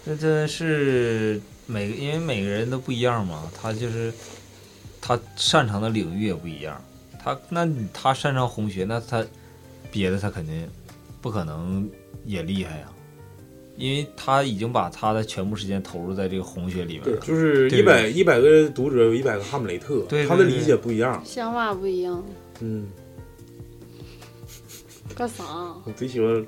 Speaker 2: 那这是每个，因为每个人都不一样嘛，他就是他擅长的领域也不一样。他那你他擅长红学，那他别的他肯定不可能也厉害呀、因为他已经把他的全部时间投入在这个红学里面了。
Speaker 6: 就是
Speaker 2: 对
Speaker 6: 一
Speaker 2: 不
Speaker 6: 百
Speaker 2: 对
Speaker 6: 一百个读者有一百个哈姆雷特，
Speaker 2: 对对
Speaker 6: 他的
Speaker 2: 对
Speaker 6: 理解不一样。
Speaker 5: 想法不一样，
Speaker 6: 嗯，
Speaker 5: 干啥？
Speaker 6: 我最喜欢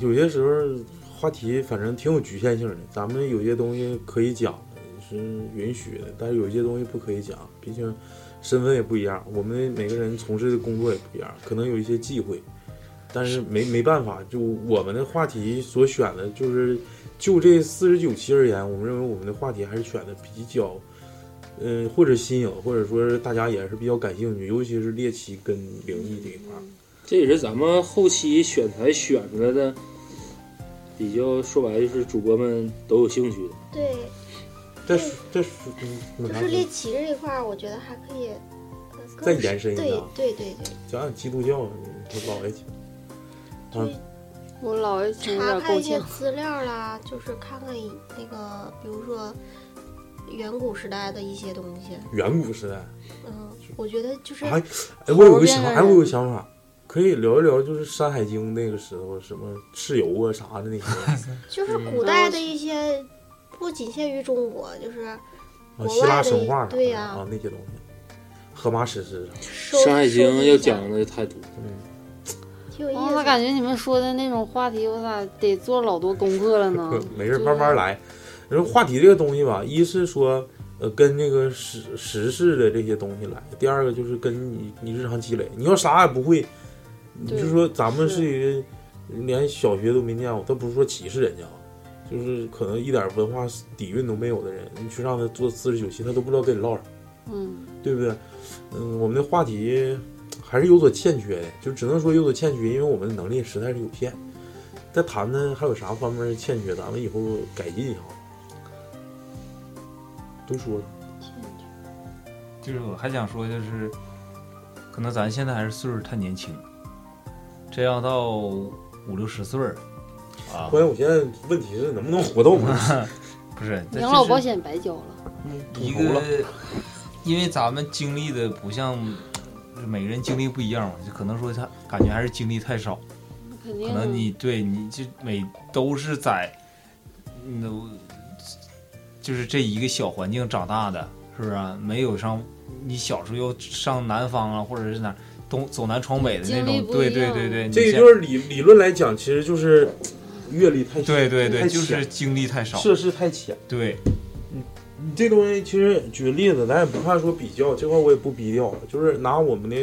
Speaker 6: 有些时候话题，反正挺有局限性的。咱们有些东西可以讲是允许的，但是有些东西不可以讲，毕竟身份也不一样，我们每个人从事的工作也不一样，可能有一些忌讳。但是没没办法，就我们的话题所选的，就是就这四十九期而言，我们认为我们的话题还是选的比较，嗯、或者新颖，或者说是大家也是比较感兴趣，尤其是猎奇跟灵异这一块儿。
Speaker 1: 这也是咱们后期选材选出来的，比较说白了就是主播们都有兴趣的。
Speaker 7: 对，
Speaker 6: 再说再说，嗯，有
Speaker 7: 就
Speaker 6: 啥
Speaker 7: 是
Speaker 6: 说
Speaker 7: 猎奇这一块儿，我觉得还可以呃更
Speaker 6: 再延伸一下
Speaker 7: 对对对对，
Speaker 6: 讲讲基督教，我姥爷讲。啊，
Speaker 5: 我姥爷听着
Speaker 7: 查
Speaker 5: 有点够
Speaker 7: 看一些
Speaker 5: 呛。
Speaker 7: 资料啦，就是看看以那个，比如说远古时代的一些东西。
Speaker 6: 远古时代，
Speaker 7: 嗯，我觉得就是
Speaker 6: 啊哎，哎，我有个想法，哎，我有个想法，可以聊一聊，就是《山海经》那个时候，什么蚩尤啊啥的那些，
Speaker 7: 就是
Speaker 6: 嗯
Speaker 7: 古代的一些，不仅限于中国，就是
Speaker 6: 啊，
Speaker 7: 国
Speaker 6: 希腊
Speaker 7: 外的
Speaker 6: 神
Speaker 7: 一
Speaker 6: 话啥
Speaker 7: 对
Speaker 6: 的
Speaker 7: 呀、
Speaker 6: 啊那些东西，荷马史诗啥的。？
Speaker 7: 收
Speaker 1: 《山海经
Speaker 7: 收》集
Speaker 1: 要
Speaker 7: 一下
Speaker 1: 讲的太多了，
Speaker 7: 挺有意
Speaker 5: 我
Speaker 7: 思
Speaker 5: 咋
Speaker 7: 的。
Speaker 5: 感觉你们说的那种话题，我咋得做老多功课了呢
Speaker 6: 没事，慢慢来。然后话题这个东西吧，一是说，呃，跟这个时时事的这些东西来；第二个就是跟你你日常积累。你要啥也不会，你
Speaker 5: 对
Speaker 6: 就说咱们是一个连小学都没念过，但不是说歧视人家啊，就是可能一点文化底蕴都没有的人，你去让他做四十九期，他都不知道跟你唠啥，
Speaker 5: 嗯，
Speaker 6: 对不对？嗯，我们的话题还是有所欠缺的，就只能说有所欠缺，因为我们的能力实在是有限。再谈谈还有啥方面欠缺，咱们以后改进一下。都说了，
Speaker 2: 就是我还想说，就是可能咱现在还是岁数太年轻，真要到五六十岁儿啊，
Speaker 6: 关键我现在问题是能不能活啊到五十？
Speaker 2: [laughs] 不是这
Speaker 5: 养老
Speaker 2: 就是
Speaker 5: 保险白交了。
Speaker 2: 一
Speaker 6: 头
Speaker 2: 个
Speaker 6: 了，
Speaker 2: 因为咱们经历的不像每个人经历不一样嘛，就可能说他感觉还是经历太少，
Speaker 5: 肯
Speaker 2: 可
Speaker 5: 定啊
Speaker 2: 能你对你就每都是在那就是这一个小环境长大的，是不是啊、 [laughs] 没有上你小时候又上南方啊，或者是哪儿东走南闯北的那
Speaker 5: 经历
Speaker 2: 种，
Speaker 5: 不
Speaker 2: 对
Speaker 5: 一
Speaker 2: 对
Speaker 5: 样
Speaker 2: 对对，你
Speaker 6: 这个
Speaker 2: 像
Speaker 6: 就是理理论来讲，其实就是阅历太
Speaker 2: 对对对，
Speaker 6: 太
Speaker 2: 就
Speaker 6: 浅
Speaker 2: 是经历太少，
Speaker 6: 涉世太浅。
Speaker 2: 对，
Speaker 6: 你这东西其实举个例子，咱也不怕说比较，这块我也不逼掉了，就是拿我们的，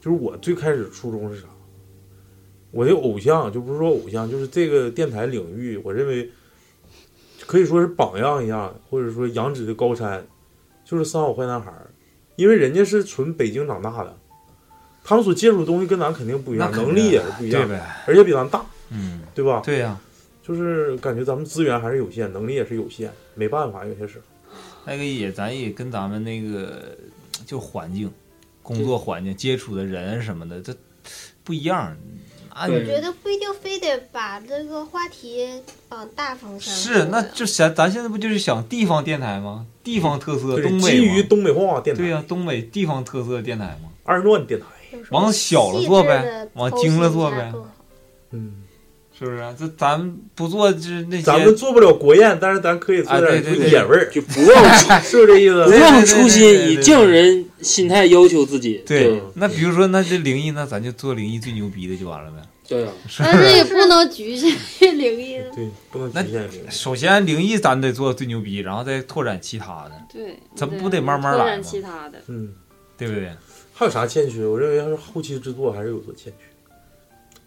Speaker 6: 就是我最开始初衷是啥？我的偶像就不是说偶像，就是这个电台领域，我认为可以说是榜样一样，或者说仰止的高山，就是三好坏男孩儿，因为人家是纯北京长大的，他们所接触的东西跟咱肯定不一
Speaker 2: 那
Speaker 6: 样，
Speaker 2: 肯
Speaker 6: 能
Speaker 2: 定
Speaker 6: 力也
Speaker 2: 啊
Speaker 6: 是不一
Speaker 2: 对
Speaker 6: 样，
Speaker 2: 呗，
Speaker 6: 而且比咱大，
Speaker 2: 嗯，
Speaker 6: 对吧？
Speaker 2: 对呀、
Speaker 6: 就是感觉咱们资源还是有限，能力也是有限，没办法，有些时候。
Speaker 2: 那个也，咱也跟咱们那个就环境、工作环境、接触的人什么的，这不一样。啊，
Speaker 7: 我觉得不一定非得把这个话题往大方向说呀。
Speaker 2: 是，那就咱咱现在不就是想地方电台吗？地方特色，
Speaker 6: 对
Speaker 2: 东
Speaker 6: 基
Speaker 2: 北
Speaker 6: 于
Speaker 2: 吗？
Speaker 6: 东北话电台，
Speaker 2: 对呀、东北地方特色电台嘛。
Speaker 6: 二人转电台，
Speaker 7: 有时候
Speaker 2: 往小了
Speaker 7: 细
Speaker 2: 做
Speaker 7: 致
Speaker 2: 呗
Speaker 7: 地
Speaker 2: 往
Speaker 7: 剖
Speaker 2: 精
Speaker 7: 析
Speaker 2: 了
Speaker 7: 一
Speaker 2: 做
Speaker 7: 下
Speaker 2: 呗
Speaker 7: 更好
Speaker 6: 嗯，
Speaker 2: 是不是啊？这咱不做就是那些，
Speaker 6: 咱们做不了国宴，但是咱可以做
Speaker 2: 啊对
Speaker 6: 点
Speaker 2: 对
Speaker 6: 就
Speaker 2: 对
Speaker 6: 野
Speaker 2: [laughs]
Speaker 6: 味儿，
Speaker 1: 就不忘初
Speaker 6: 是不是这意思？
Speaker 1: 不忘初
Speaker 2: 对对
Speaker 1: 心，
Speaker 2: 对对
Speaker 1: 以
Speaker 2: 对
Speaker 1: 匠人心态要求自己。
Speaker 2: 对
Speaker 1: 对，
Speaker 2: 那比如说那这灵异，那咱就做灵异最牛逼的就完了呗。
Speaker 1: 对啊，
Speaker 5: 但是也不能局限于灵异。
Speaker 6: 对，不能
Speaker 2: 那
Speaker 6: 局限于
Speaker 2: 首先灵异咱得做最牛逼，然后再拓展其他的，
Speaker 5: 对，
Speaker 2: 咱
Speaker 5: 对
Speaker 2: 不得慢慢
Speaker 5: 拓
Speaker 2: 来
Speaker 5: 展
Speaker 2: 吗
Speaker 5: 其他的。
Speaker 6: 嗯，
Speaker 2: 对不对？
Speaker 6: 还有啥欠缺？我认为还是后期制作还是有所欠缺。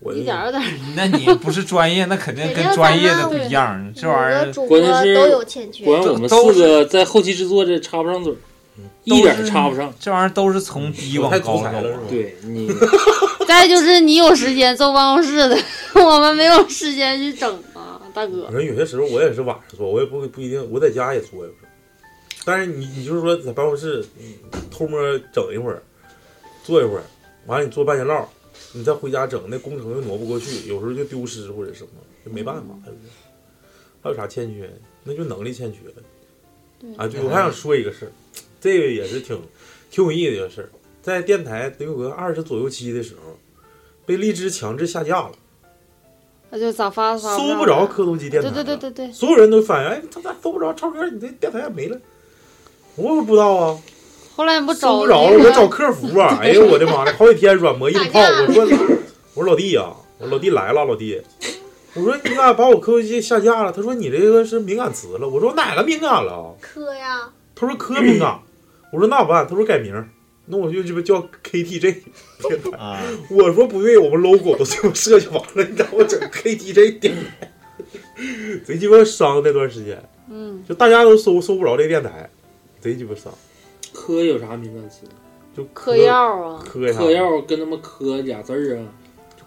Speaker 6: 我
Speaker 5: 一点儿点儿，
Speaker 2: 那你不是专业，那肯定跟专业的不一样。这玩意
Speaker 7: 每
Speaker 2: 儿
Speaker 7: 个主播
Speaker 1: 关键是
Speaker 7: 都有欠缺，
Speaker 1: 关键我们四个在后期制作这插不上嘴儿，一点儿插不上。
Speaker 2: 这玩意儿都是从低往
Speaker 6: 太
Speaker 2: 高
Speaker 6: 出彩了是吧
Speaker 2: 走。？，
Speaker 1: 对你，
Speaker 5: 再就是你有时间坐办公室的， [laughs] 我们没有时间去整啊，大哥
Speaker 6: 反。正有些时候我也是晚上做，我也不不一定，我在家也做有时候。但是你你就是说在办公室嗯偷摸整一会儿，做一会儿，完了你做半年唠，你再回家整，那工程又挪不过去，有时候就丢失或者什么，就没办法，
Speaker 5: 嗯
Speaker 6: 对不对？还有啥欠缺？那就能力欠缺啊，对，我还想说一个事儿，这个也是挺挺有意思的一个事儿，在电台得有个二十左右期的时候，被荔枝强制下架了，
Speaker 5: 那就咋发发
Speaker 6: 搜
Speaker 5: 不
Speaker 6: 不着磕头机电台
Speaker 5: 对
Speaker 6: 了。
Speaker 5: 对对对对，
Speaker 6: 所有人都反映，哎，他咋搜不着超哥？你这电台也没了。我也不知道啊，
Speaker 5: 后来你不
Speaker 6: 搜
Speaker 5: 找
Speaker 6: 不着
Speaker 5: 那
Speaker 6: 了，
Speaker 5: 个
Speaker 6: 我找客服
Speaker 5: [laughs]
Speaker 6: 啊！哎呀，我的妈呀，好几天软磨硬泡。
Speaker 5: 打架
Speaker 6: 我说，我说老弟呀、我说老弟来了，老弟，我说你咋把我客服机下架了？他说你这个是敏感词了。我说我哪个敏感了啊？
Speaker 7: 磕呀，
Speaker 6: 他说科敏感，我说那不办，他说改名儿，那我就鸡巴叫 KTJ。
Speaker 2: 啊，
Speaker 6: 我说不对，我们 logo 都这么设计完了，你让我整 KTJ 点，贼鸡巴伤那段时间。
Speaker 5: 嗯，
Speaker 6: 就大家都搜搜不着这电台，贼鸡巴伤，
Speaker 1: 磕有啥敏感词？
Speaker 6: 就
Speaker 5: 嗑药啊，
Speaker 6: 磕一下
Speaker 1: 嗑，药跟他妈磕俩字儿啊，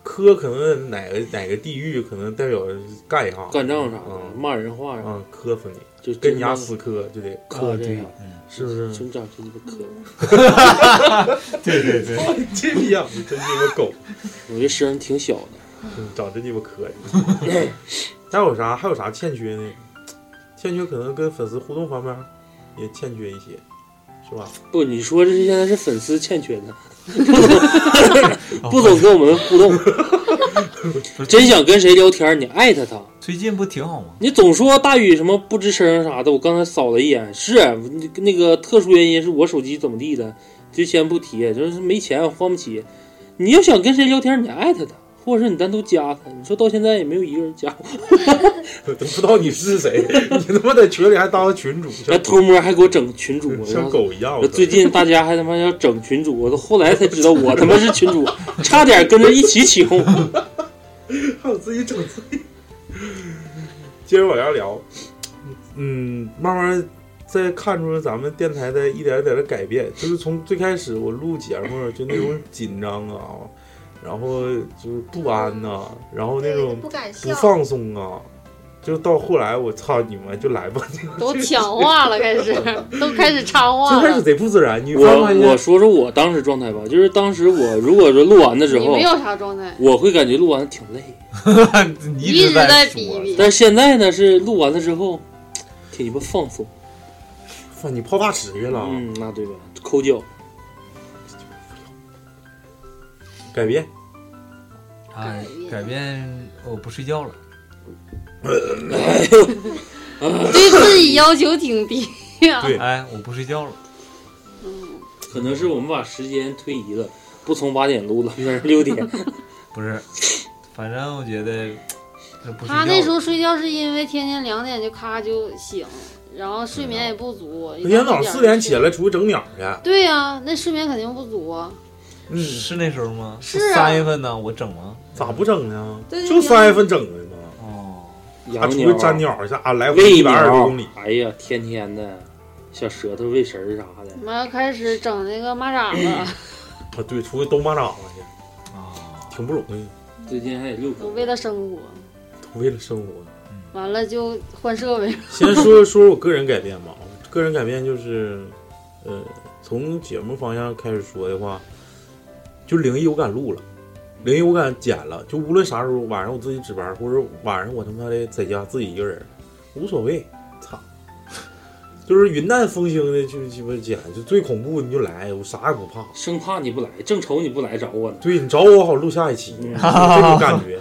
Speaker 6: 磕可能哪个哪个地域可能代表干一下
Speaker 1: 干仗啥的，
Speaker 6: 嗯
Speaker 1: 骂人话呀，
Speaker 6: 啊，磕死你，
Speaker 1: 就啊
Speaker 6: 跟你家死磕就得，
Speaker 1: 磕这
Speaker 2: 对
Speaker 1: 样，
Speaker 6: 是不是？
Speaker 1: 真长真鸡巴磕。
Speaker 2: 对对对，
Speaker 6: [laughs] 这逼样，你真鸡巴狗，
Speaker 1: 我这声挺小的，
Speaker 6: 嗯长真鸡巴磕。
Speaker 1: [laughs]
Speaker 6: [laughs] 还有啥？还有啥欠缺呢？欠缺可能跟粉丝互动方面也欠缺一些，是吧？ [laughs]
Speaker 1: 不，你说这是现在是粉丝欠缺呢，不总跟我们互动，
Speaker 6: 哦
Speaker 1: 真想跟谁聊天，你艾特他。
Speaker 2: 最近不挺好吗？
Speaker 1: 你总说大宇什么不吱声啥的，我刚才扫了一眼，是那个特殊原因，是我手机怎么地的，就先不提，就是没钱花不起。你要想跟谁聊天，你艾特他，或者是你单独加他。你说到现在也没有一个人加我，
Speaker 6: 都不知道你是
Speaker 1: [laughs]
Speaker 6: 谁，你他妈在群里还当群主，
Speaker 1: 还偷摸还给我整群主，
Speaker 6: 像狗一样。
Speaker 1: 我最近大家还他妈要整群主，我都后来才知道我他妈是群主，差点跟着一起起哄，
Speaker 6: 还有自己整自己。 [laughs] 接着往下聊，嗯，慢慢再看出咱们电台在一点一点的改变，就是从最开始我录节目就那种紧张啊，然后就是不安呐、然后那种
Speaker 7: 不敢
Speaker 6: 不
Speaker 7: 笑，
Speaker 6: 放松啊，就到后来我操你妈就来吧，
Speaker 5: 都抢话了，开始 [laughs] 都开始插话
Speaker 6: [laughs] 最开始
Speaker 5: 了。
Speaker 6: 贼不自然， [laughs] 你发
Speaker 1: 我
Speaker 6: 没发
Speaker 1: 我
Speaker 6: 现？
Speaker 1: 说说我当时状态吧，就是当时我如果说录完了之
Speaker 5: 你
Speaker 1: 后
Speaker 5: 没，有啥状态，
Speaker 1: 我会感觉录完了挺累，
Speaker 2: 你
Speaker 5: 一直
Speaker 2: 在
Speaker 5: 在
Speaker 2: 说
Speaker 5: 比比
Speaker 1: 但是现在呢是录完了之后，挺鸡巴放松。
Speaker 6: 操你泡大池去了，
Speaker 1: 嗯，那对吧？抠脚，
Speaker 6: 改变
Speaker 2: 啊，改变我不睡觉了，
Speaker 5: 对自己要求挺 [laughs] 低呀、
Speaker 6: 对
Speaker 2: 哎，我不睡觉了，
Speaker 5: 嗯，
Speaker 1: 可能是我们把时间推移了，不从八点录了，变成六
Speaker 6: [laughs]
Speaker 1: 点。
Speaker 2: 不是，反正我觉得这不睡觉了。
Speaker 5: 他那时候睡觉是因为天天两点就咔就醒，然后睡眠也不足，
Speaker 6: 每天早上四点起
Speaker 5: 来。
Speaker 6: 来出去整鸟去，
Speaker 5: 对呀、那睡眠肯定不足啊。
Speaker 6: 嗯，
Speaker 2: 是那时候吗？
Speaker 5: 是啊
Speaker 2: 三月份呢，我整吗？
Speaker 6: 咋不整呢？
Speaker 5: 对对
Speaker 6: 就三月份整的嘛，
Speaker 2: 哦，
Speaker 6: 还
Speaker 1: 养
Speaker 6: 出
Speaker 1: 鸟
Speaker 6: 去粘鸟去啊，来回
Speaker 1: 喂
Speaker 6: 一百二十多
Speaker 1: 鸟
Speaker 6: 公里，，
Speaker 1: 哎呀，天天的，小舌头喂食儿啥的。
Speaker 5: 妈开始整那个蚂蚱了， [coughs]
Speaker 6: 啊对，出去兜蚂蚱去，
Speaker 2: 啊，
Speaker 6: 挺不容易，
Speaker 1: 最近还得遛
Speaker 5: 我
Speaker 1: 狗，
Speaker 5: 为了生活，
Speaker 6: 都为了生活。
Speaker 5: 完了就换设备。
Speaker 6: 先说说我个人改变吧，我个人改变就是，呃，从节目方向开始说的话，就灵异我敢录了，灵异我敢剪了，就无论啥时候，晚上我自己值班，或者晚上我他妈的在家自己一个人，无所谓，操，就是云淡风轻的就鸡巴剪，就最恐怖你就来，我啥也不怕。
Speaker 1: 生怕你不来，正愁你不来找我呢。
Speaker 6: 对你找我好录下一期，
Speaker 1: 嗯
Speaker 6: 这种感觉。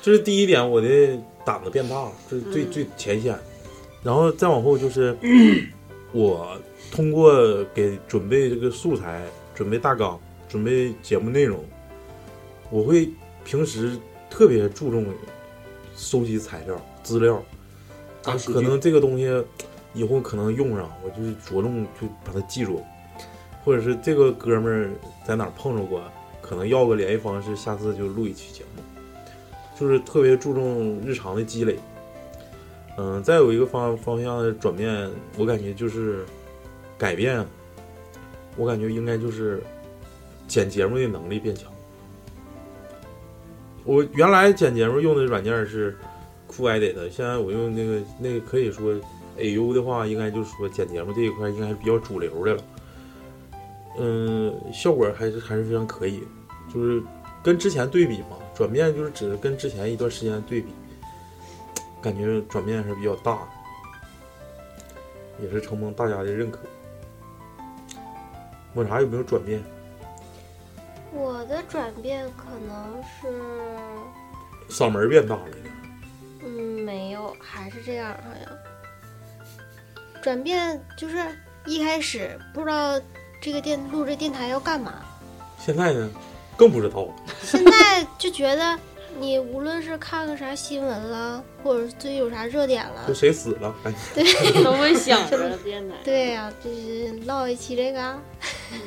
Speaker 6: 这是第一点，我的胆子变大了，这是最
Speaker 5: 嗯
Speaker 6: 最前线。然后再往后就是，我通过给准备这个素材、准备大纲、准备节目内容，我会平时特别注重收集材料、资料，
Speaker 1: 大数据
Speaker 6: 可能这个东西以后可能用上，我就是着重就把它记住，或者是这个哥们儿在哪儿碰着过，可能要个联系方式，下次就录一期节目，就是特别注重日常的积累。嗯，再有一个方方向的转变，我感觉就是改变，啊我感觉应该就是剪节目的能力变强。我原来剪节目用的软件是酷 edit 的，现在我用那个那个可以说 AU 的话，应该就是说剪节目这一块应该是比较主流的了。嗯，效果还是还是非常可以，就是跟之前对比嘛，转变就是指跟之前一段时间的对比，感觉转变还是比较大的，也是承蒙大家的认可。抹茶有没有转变？
Speaker 7: 我的转变可能是，
Speaker 6: 嗓门儿变大了，
Speaker 7: 嗯，没有，还是这样，好像转变就是一开始不知道这个电录这电台要干嘛，
Speaker 2: [laughs]
Speaker 6: 现在呢，更不知道了。
Speaker 7: 现在就觉得你无论是看个啥新闻啦，或者是最近有啥热点了
Speaker 6: 说，谁死了？赶紧
Speaker 5: 都会想着电台。
Speaker 7: 对呀、就是唠一期这个啊，
Speaker 5: 嗯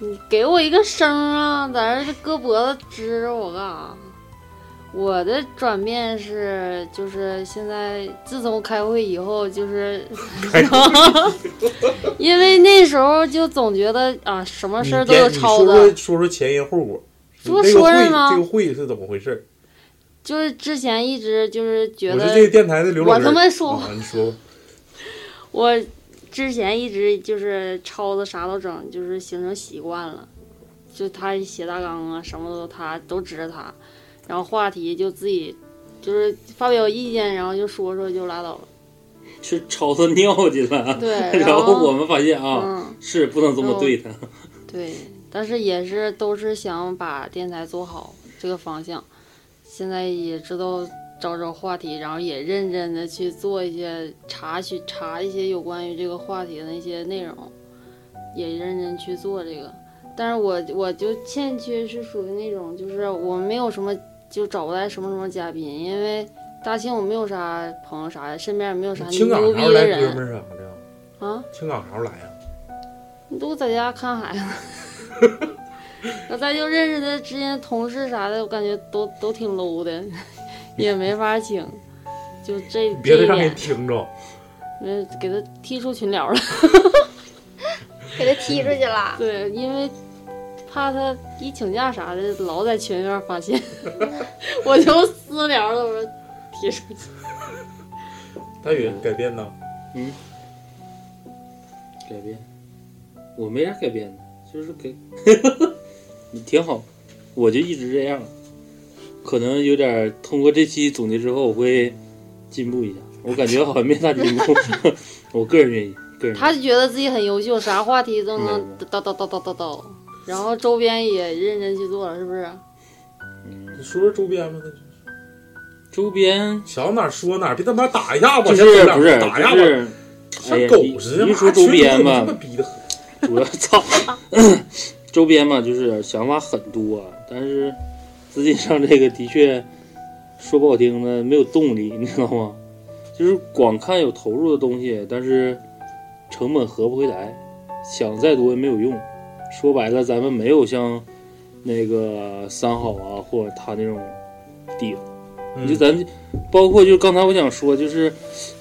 Speaker 5: 你给我一个声儿啊，在这搁脖子支着我干啥？我的转变是，就是现在自从开会以后，就是， [laughs] 因为那时候就总觉得啊，什么事儿都有
Speaker 6: 你你
Speaker 5: 超
Speaker 6: 说
Speaker 5: 的。
Speaker 6: 说说说前因后果，
Speaker 5: 说
Speaker 6: 那个
Speaker 5: 说
Speaker 6: 会
Speaker 5: 是吗
Speaker 6: 这个会是怎么回事？
Speaker 5: 就是之前一直就是觉
Speaker 6: 我是这个
Speaker 5: 得
Speaker 6: 电台的刘老根儿
Speaker 5: 我他妈说
Speaker 6: 啊你说吧
Speaker 5: 我之前一直就是抄的啥都整，就是形成习惯了。就他写大纲啊，什么都他都指着他，
Speaker 1: [laughs]
Speaker 5: 然后话题就自己就是发表意见，然后就说说就拉倒了。
Speaker 1: 是抄他尿去了，
Speaker 5: 对
Speaker 1: [laughs] 然
Speaker 5: 然后
Speaker 1: 我们发现啊，
Speaker 5: 嗯
Speaker 1: 是不能这么对他，
Speaker 5: 对，但是也是都是想把电台做好这个方向，现在也知道找找话题，然后也认真的去做一些查询，查一些有关于这个话题的一些内容，也认真去做这个。但是我我就欠缺是属于那种，就是我没有什么就找不来什么什么嘉宾，因为大庆我没有啥朋友啥的，身边也没 [laughs] 有啥
Speaker 6: 青港
Speaker 5: 牛逼
Speaker 6: 啥时候
Speaker 5: 的
Speaker 6: 来哥们
Speaker 5: 人
Speaker 6: 儿啥的？
Speaker 5: 啊。
Speaker 6: 青港啥时候来啊？
Speaker 5: 你都在家看孩子， [laughs] 那再就认识的之间同事啥的，我感觉都都挺 low 的，也没法请。就这
Speaker 6: 别
Speaker 5: 这
Speaker 6: 在
Speaker 5: 一
Speaker 6: 上
Speaker 5: 点，
Speaker 6: 面听着，
Speaker 5: 嗯，给他踢出群聊了， [laughs]
Speaker 7: 给他踢出去了。
Speaker 5: 对，因为怕他一请假啥的，老在群里面发现， [laughs] 我就私聊了，我说踢出去。
Speaker 6: 大宇改变呢？
Speaker 1: 嗯，改变，我没啥改变的，就是给， [laughs] 你挺好，我就一直这样，可能有点儿通过这期总结之后，我会进步一下，我感觉好像没啥进步，我个人愿意，个人愿意
Speaker 5: 他就觉得自己很优秀，啥话题都能叨叨叨叨叨叨，然后周边也认真去做了，是不是？
Speaker 6: 你说说周边吧，那就是
Speaker 1: 周边
Speaker 6: 想到哪儿说哪儿，别他妈打一下我，
Speaker 1: 就是
Speaker 6: 先打
Speaker 1: 不是
Speaker 6: 打一下
Speaker 1: 就
Speaker 6: 我
Speaker 1: 是，哎
Speaker 6: 像狗似的。
Speaker 1: 一说
Speaker 6: 妈群
Speaker 1: 周
Speaker 6: 主
Speaker 1: 边
Speaker 6: 怎么
Speaker 1: 吧
Speaker 6: 这么逼的狠，
Speaker 1: 主要操， [laughs] 周边嘛，就是想法很多、啊但是资金上这个的确说不好听的没有动力，你知道吗？就是光看有投入的东西，但是成本合不回来，想再多也没有用。说白了，咱们没有像那个三好啊，或者他那种底子。
Speaker 6: 嗯
Speaker 1: 你就咱包括就刚才我想说，就是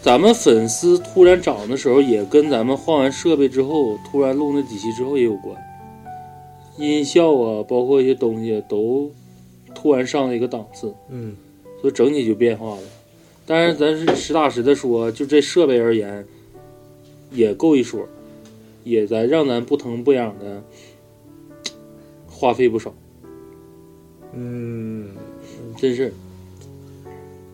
Speaker 1: 咱们粉丝突然涨的时候，也跟咱们换完设备之后，突然录那几期之后也有关。音效啊，包括一些东西都突然上了一个档次，
Speaker 6: 嗯，
Speaker 1: 所以整体就变化了。当然，咱是实打实的说，就这设备而言，也够一说，也咱让咱不疼不痒的，花费不少，
Speaker 6: 嗯，
Speaker 1: 真是。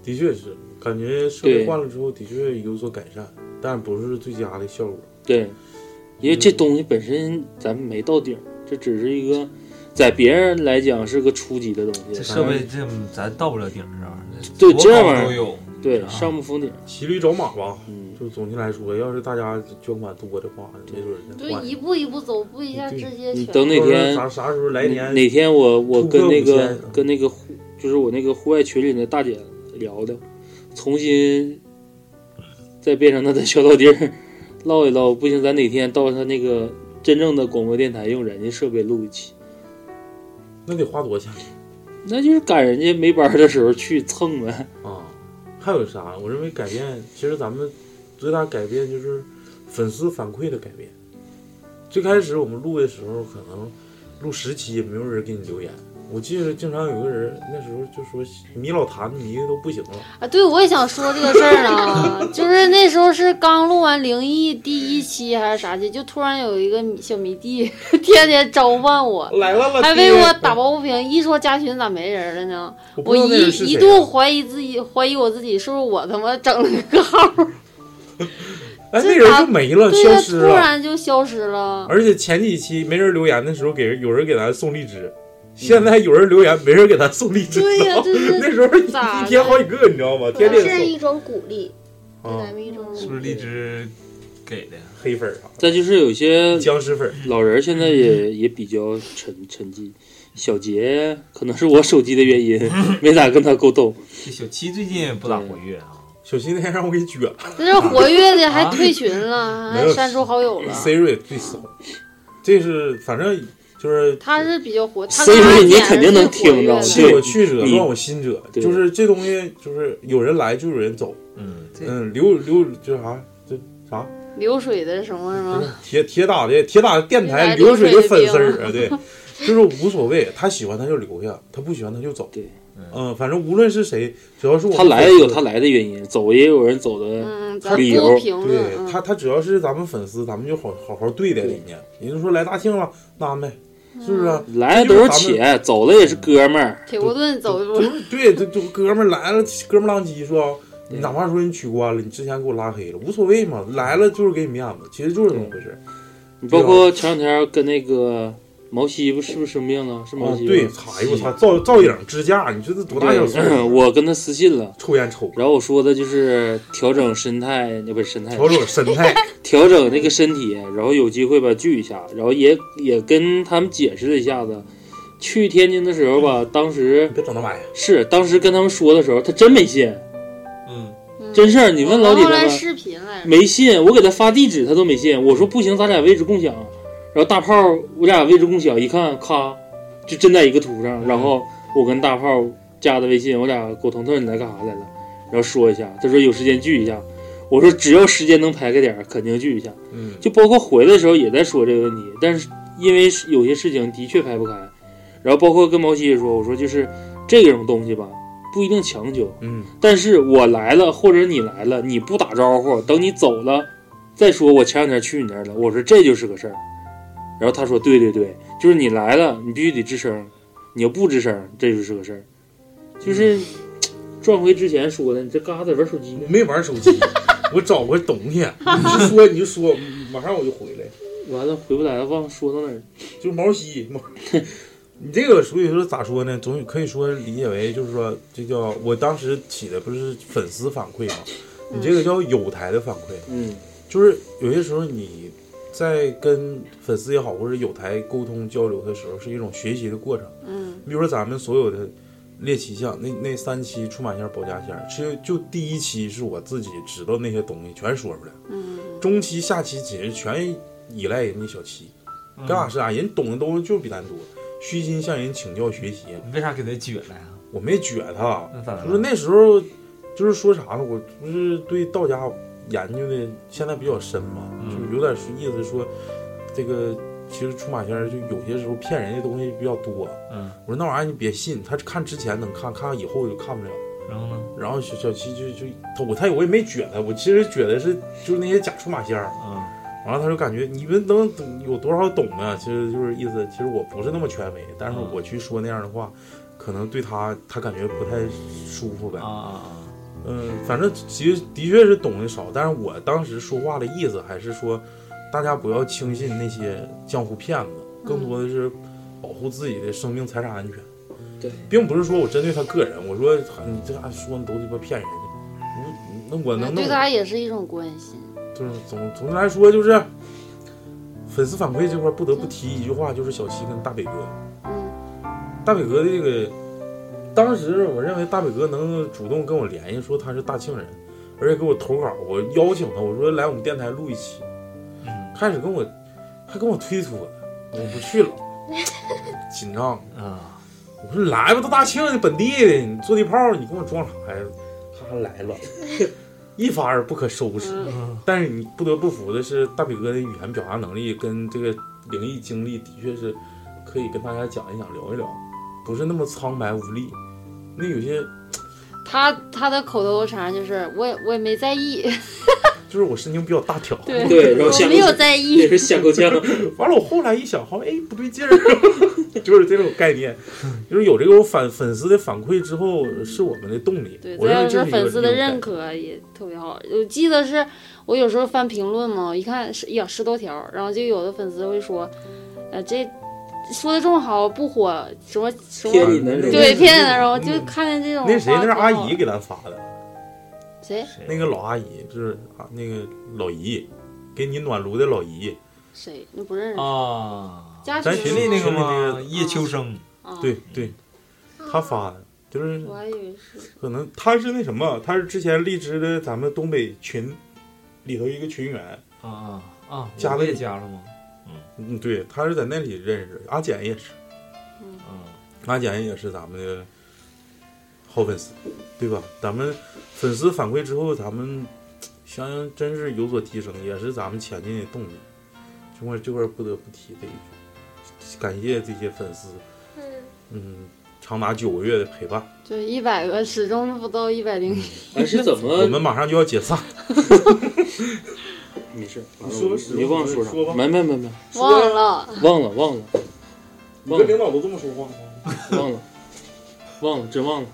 Speaker 6: 的确是，感觉设备
Speaker 1: 对
Speaker 6: 换了之后的确有所改善，但不是最佳的效果。
Speaker 1: 对，因为这
Speaker 2: 嗯
Speaker 1: 东西本身咱们没到顶儿，这只是一个，在别人来讲是个初级的东西。
Speaker 2: 这
Speaker 1: 咱
Speaker 2: 设
Speaker 1: 们
Speaker 2: 备这咱到不了顶儿啊，
Speaker 1: 对
Speaker 2: 多
Speaker 1: 这
Speaker 2: 高
Speaker 1: 玩意儿
Speaker 2: 都有，
Speaker 1: 对上不封顶。
Speaker 6: 骑驴找马吧，
Speaker 1: 嗯，
Speaker 6: 就总体来说，要是大家捐款多的话，没准儿
Speaker 5: 就
Speaker 6: 能换。
Speaker 5: 一步一步走，不一下直接
Speaker 1: 你
Speaker 5: 全。
Speaker 1: 等哪
Speaker 6: 到时候
Speaker 1: 天
Speaker 6: 啥啥时候来年
Speaker 1: 哪天我我
Speaker 6: 突
Speaker 1: 跟
Speaker 6: 破
Speaker 1: 那个
Speaker 6: 5000
Speaker 1: 跟那个户就是我那个户外群里的大姐聊聊，重新再变成他的小老弟儿唠一唠，不行，咱哪天到他那个真正的广播电台用人家设备录一期。
Speaker 6: 那得花多少钱
Speaker 1: 那就是赶人家没班儿的时候去蹭呗。 [laughs]
Speaker 6: 啊？还有啥？我认为改变，其实咱们最大改变就是粉丝反馈的改变。最开始我们录的时候，可能录十期也没有人给你留言。我记得经常有个人那时候就说迷老谭迷的都不行了，
Speaker 5: 啊，对，我也想说这个事儿
Speaker 6: [laughs]
Speaker 5: 呢，就是那时候是刚录完灵异第一期还是啥期，就突然有一个米小迷弟天天召唤我，
Speaker 6: 来了
Speaker 5: 还为我打抱不平，一说加群咋没人了呢？
Speaker 6: 我不
Speaker 5: 我
Speaker 6: 知道那
Speaker 5: 一
Speaker 6: 人是谁
Speaker 5: 一
Speaker 6: 啊
Speaker 5: 度怀疑自己，怀疑我自己是不是我他妈整了个号儿，
Speaker 6: 哎，那人就没了，
Speaker 5: 对
Speaker 6: 消
Speaker 5: 呀，
Speaker 6: 失
Speaker 5: 突
Speaker 6: 了。
Speaker 5: 然就消失了。
Speaker 6: 而且前几期没人留言的时候，给人有人给咱送荔枝，现在有人留言，没人给咱送荔枝。
Speaker 5: 对呀、这
Speaker 6: [laughs] 那
Speaker 5: 是
Speaker 6: 时候一
Speaker 5: 咋
Speaker 6: 一天好几个，你知道吗？天
Speaker 7: 这
Speaker 6: 天
Speaker 7: 是
Speaker 6: 送
Speaker 7: 一种鼓励，对
Speaker 6: 啊
Speaker 7: 咱们一种鼓
Speaker 2: 是不
Speaker 7: 励。
Speaker 2: 是荔枝给的呀？
Speaker 6: 黑粉儿啥
Speaker 1: 再就是有些
Speaker 6: 的，僵尸粉儿。
Speaker 1: 老人现在也
Speaker 6: 嗯
Speaker 1: 也比较沉沉寂，小杰可能是我手机的原
Speaker 6: [laughs]
Speaker 1: 因，没咋跟他沟通。
Speaker 2: 这小七最近也不咋活跃啊，
Speaker 6: 小新那天让我给卷了
Speaker 5: 在这活跃
Speaker 6: [laughs]
Speaker 5: 的还
Speaker 2: 啊
Speaker 5: 退群了，
Speaker 6: 没
Speaker 5: 还
Speaker 6: 有
Speaker 5: 删除好友了。
Speaker 6: ，Siri 最骚，这是反正就是
Speaker 5: 他是比较活，他
Speaker 1: Siri
Speaker 5: 跟阿
Speaker 1: 你
Speaker 5: 简
Speaker 1: 肯定
Speaker 5: 是
Speaker 1: 能
Speaker 5: 活
Speaker 1: 听
Speaker 5: 跃
Speaker 1: 到
Speaker 5: 的
Speaker 6: 弃我去者，
Speaker 1: 你
Speaker 6: 乱我心者，
Speaker 1: 对
Speaker 6: 就是这东西就是有人来就有人走，
Speaker 2: 嗯，这
Speaker 6: 嗯，流流就啥就啥，
Speaker 5: 流水的什么什
Speaker 6: 就是
Speaker 5: 么，
Speaker 6: 铁铁打的铁打的电台
Speaker 5: 流
Speaker 6: 流
Speaker 5: 水
Speaker 6: 水
Speaker 5: 的
Speaker 6: 的粉丝儿
Speaker 5: 兵
Speaker 6: 啊，对，就是无所谓，他喜欢他就留下，他不喜欢他就走，
Speaker 1: 对，
Speaker 6: 嗯，反正无论是谁，只要是我
Speaker 1: 他来有他来的原因，走也有人走的。
Speaker 5: 嗯，咱
Speaker 1: 理
Speaker 5: 不
Speaker 1: 由
Speaker 5: 评论，
Speaker 6: 对
Speaker 5: 嗯
Speaker 6: 他，他只要是咱们粉丝，咱们就好好好对待人家。人家说来大庆了，那安排是不是啊？
Speaker 1: 来的都是且，走了也是哥们儿。
Speaker 5: 铁锅炖走一步，
Speaker 6: 对，这这哥们儿来了，哥们儿浪叽说，你哪怕说你取关了，你之前给我拉黑了，无所谓嘛，来了就是给你面子，其实就是这么回事。
Speaker 1: 你包括
Speaker 6: 啊
Speaker 1: 前两天跟那个毛西不是不是生病了？是毛
Speaker 6: 啊，
Speaker 1: 西、
Speaker 6: 对，哎呦我操，造造影支架，你说这多大
Speaker 1: 对？
Speaker 6: 小事
Speaker 1: [laughs]
Speaker 6: 儿
Speaker 1: 我跟他私信了，
Speaker 6: 啊抽烟抽。
Speaker 1: 然后我说的就是调整身态，那不是身态，
Speaker 6: 调整身态，
Speaker 1: 调整那个身体，然后有机会吧聚一下，然后也也跟他们解释了一下子。去天津的时候吧，当时
Speaker 6: 别整那玩意儿。
Speaker 1: 是当时跟他们说的时候，他真没信。嗯，真事儿，你问老李
Speaker 5: 后
Speaker 1: 他
Speaker 5: 来
Speaker 1: 们
Speaker 5: 视频来着，
Speaker 1: 没信，我给他发地址，他都没信。我说不行，咱俩位置共享。然后大炮，我俩位置共享，一看，咔，就真在一个图
Speaker 5: 嗯
Speaker 1: 上。然后我跟大炮加的微信，我俩沟通，他说你来干啥来了？然后说一下，他说有时间聚一下。我说只要时间能排个点儿，肯定聚一下。
Speaker 6: 嗯，
Speaker 1: 就包括回来的时候也在说这个问题，但是因为是有些事情的确排不开，然后包括跟毛西也说，我说就是这种东西吧，不一定强求，
Speaker 6: 嗯，
Speaker 1: 但是我来了或者你来了，你不打招呼，等你走了再说。我前两天去你那儿了，我说这就是个事儿，然后他说对对对，就是你来了，你必须得吱声，你要不吱声，这就是个事儿，就是。转回之前说的，你这干啥在玩手机呢？
Speaker 6: 没玩手机， [laughs] 我找个东西，你就说你就说，马上我就回来。
Speaker 1: 完了回不来了，忘了说到哪儿。
Speaker 6: 就是毛西，毛你这个所以说咋说呢？总可以说理解为就是说，这叫我当时起的不是粉丝反馈嘛，你这个叫有台的反馈。
Speaker 1: 嗯，
Speaker 6: 就是有些时候你在跟粉丝也好，或者有台沟通交流的时候，是一种学习的过程。
Speaker 5: 嗯
Speaker 6: 你比如说咱们所有的猎奇项，那那三期出马仙儿保家仙儿，其实就第一期是我自己知道那些东西全说出来了，
Speaker 5: 嗯，
Speaker 6: 中期下期仅是全依赖人家小七，干啥是啥，人懂的东西就是比咱多，虚心向人请教学习。
Speaker 2: 你为啥给他撅来啊？
Speaker 6: 我没啊撅他
Speaker 2: 那咋，的
Speaker 6: 就是那时候，就是说啥呢？我不是对道家研究的现在比较深嘛，就是有点意思说，这个其实出马仙儿就有些时候骗人的东西比较多。
Speaker 2: 嗯，
Speaker 6: 我说那玩意儿你别信，他看之前能看，看以后就看不了。
Speaker 2: 然后呢？
Speaker 6: 然后小小七就就他我他我也没撅他，我其实撅的是就是那些假出马仙儿。
Speaker 2: 嗯，
Speaker 6: 完了他就感觉你们能有多少懂呢？其实就是意思，其实我不是那么权威，但是我去说那样的话，可能对他他感觉不太舒服呗。
Speaker 2: 啊
Speaker 6: 嗯，反正其实的确是懂得少，但是我当时说话的意思还是说，大家不要轻信那些江湖骗子，更
Speaker 5: 嗯
Speaker 6: 多的是保护自己的生命财产安全。
Speaker 1: 对，
Speaker 6: 并不是说我针对他个人，我说你这家说的都鸡巴骗人的，嗯那我能弄
Speaker 5: 哎对他也是一种关心。
Speaker 6: 就是总总的来说就是，粉丝反馈这块儿不得不提一句话，就是小七跟大北哥。大北哥的这个，当时我认为大北哥能主动跟我联系，说他是大庆人，而且给我投稿，我邀请他，我说来我们电台录一期。开始跟我还跟我推脱，我不去了，紧张
Speaker 2: 啊。
Speaker 6: 我说来吧，都大庆的本地的，你坐地炮，你跟我装啥呀？他还来了，一发而不可收拾。
Speaker 2: 嗯
Speaker 6: 但是你不得不服的是，大北哥的语言表达能力跟这个灵异经历，的确是可以跟大家讲一讲、聊一聊，不是那么苍白无力。那有些
Speaker 5: 他他的口头禅就是我也我也没在意，
Speaker 6: 就是我神经比较大条，
Speaker 5: 对 [laughs] 对然后吓我没有在意
Speaker 1: [laughs] 也是吓够
Speaker 5: [laughs]
Speaker 1: 呛。
Speaker 6: 完了，我后来一想，好像哎不对劲儿， [laughs] 就是这种概念，就是有这种反粉丝的反馈之后，是我们的动力。
Speaker 5: 对，
Speaker 6: 我认为
Speaker 5: 对他
Speaker 6: 这是一个
Speaker 5: 粉丝的
Speaker 6: 这种
Speaker 5: 认
Speaker 6: 概
Speaker 5: 可也特别好。我记得是我有时候翻评论嘛，我一看是呀十多条，然后就有的粉丝会说，呃这说的这么好不火，什么什么
Speaker 6: 骗你呢
Speaker 5: 对
Speaker 6: 那
Speaker 5: 骗你呢，然后
Speaker 6: 那
Speaker 5: 就看见这种
Speaker 6: 那谁
Speaker 5: 话
Speaker 6: 那是
Speaker 5: 挺
Speaker 6: 阿
Speaker 5: 好
Speaker 6: 姨给咱发的，
Speaker 5: 谁
Speaker 6: 那个老阿姨就是啊那个老姨，给你暖炉的老姨。
Speaker 5: 谁那不认识
Speaker 2: 啊
Speaker 5: 家
Speaker 6: 咱
Speaker 5: 群
Speaker 6: 群里那个
Speaker 2: 吗
Speaker 6: 叶秋生，对对，他发的，就是
Speaker 5: 我还以为是
Speaker 6: 可能他是那什么，他是之前荔枝的咱们东北群里头一个群员，
Speaker 2: 啊啊啊！
Speaker 6: 加
Speaker 2: 加
Speaker 6: 的
Speaker 2: 也加了吗？
Speaker 6: 嗯，对，他是在那里认识，阿简也是，
Speaker 5: 嗯
Speaker 6: 阿简也是咱们的好粉丝，对吧？咱们粉丝反馈之后，咱们相应真是有所提升，也是咱们前进的动力。这块这块不得不提这一句，感谢这些粉丝，嗯，长达九个月的陪伴。
Speaker 5: 就一百个始终不到一百
Speaker 6: 嗯
Speaker 5: 零一，
Speaker 1: 哎，是怎么？
Speaker 6: 我们马上就要解散，
Speaker 1: 没事，
Speaker 6: 你说实话
Speaker 1: 你忘了说啥？
Speaker 6: 说吧
Speaker 1: 没没没没，
Speaker 5: 忘了
Speaker 1: 忘了忘了
Speaker 6: 你
Speaker 1: 跟
Speaker 6: 领导都这么说话吗？
Speaker 1: 忘了，忘了，真忘了。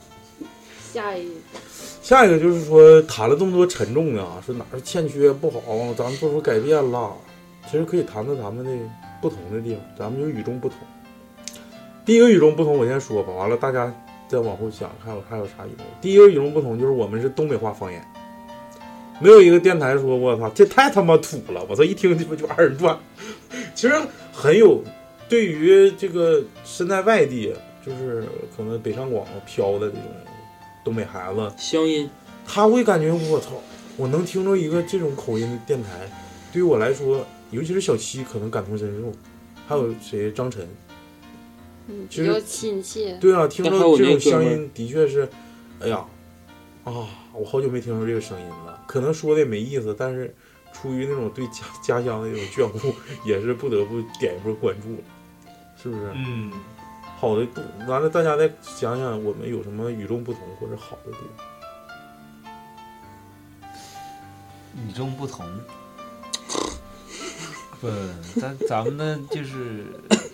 Speaker 5: 下一
Speaker 6: 下一个就是说谈了这么多沉重的啊，说哪儿欠缺不好，咱们做出改变了。啊其实可以谈谈咱们的不同的地方，咱们就与众不同。第一个与众不同，我先说吧，完了大家再往后想，看我还有啥与众。第一个与众不同就是我们是东北话方言，没有一个电台说我操这太他妈土了，我操一听这不就二人转。其实很有对于这个身在外地，就是可能北上广漂的这种东北孩子，
Speaker 1: 乡音，
Speaker 6: 他会感觉我操，我能听着一个这种口音的电台，对于我来说，尤其是小七可能感同身受，还有谁张晨，
Speaker 5: 嗯
Speaker 6: 其
Speaker 5: 比
Speaker 6: 实
Speaker 5: 较亲切。
Speaker 6: 对啊，听
Speaker 1: 但还有
Speaker 6: 着这
Speaker 1: 那
Speaker 6: 种
Speaker 1: 哥
Speaker 6: 乡
Speaker 1: 们儿
Speaker 6: 音的确是，哎呀，啊，我好久没听着这个声音了。可能说的也没意思，但是出于那种对家家乡的那种眷顾， [laughs] 也是不得不点一波关注了，是不是？
Speaker 4: 嗯，
Speaker 6: 好的，不完了，大家再想想我们有什么与众不同或者好的地方。
Speaker 2: 与众不同。不，咱咱们呢就是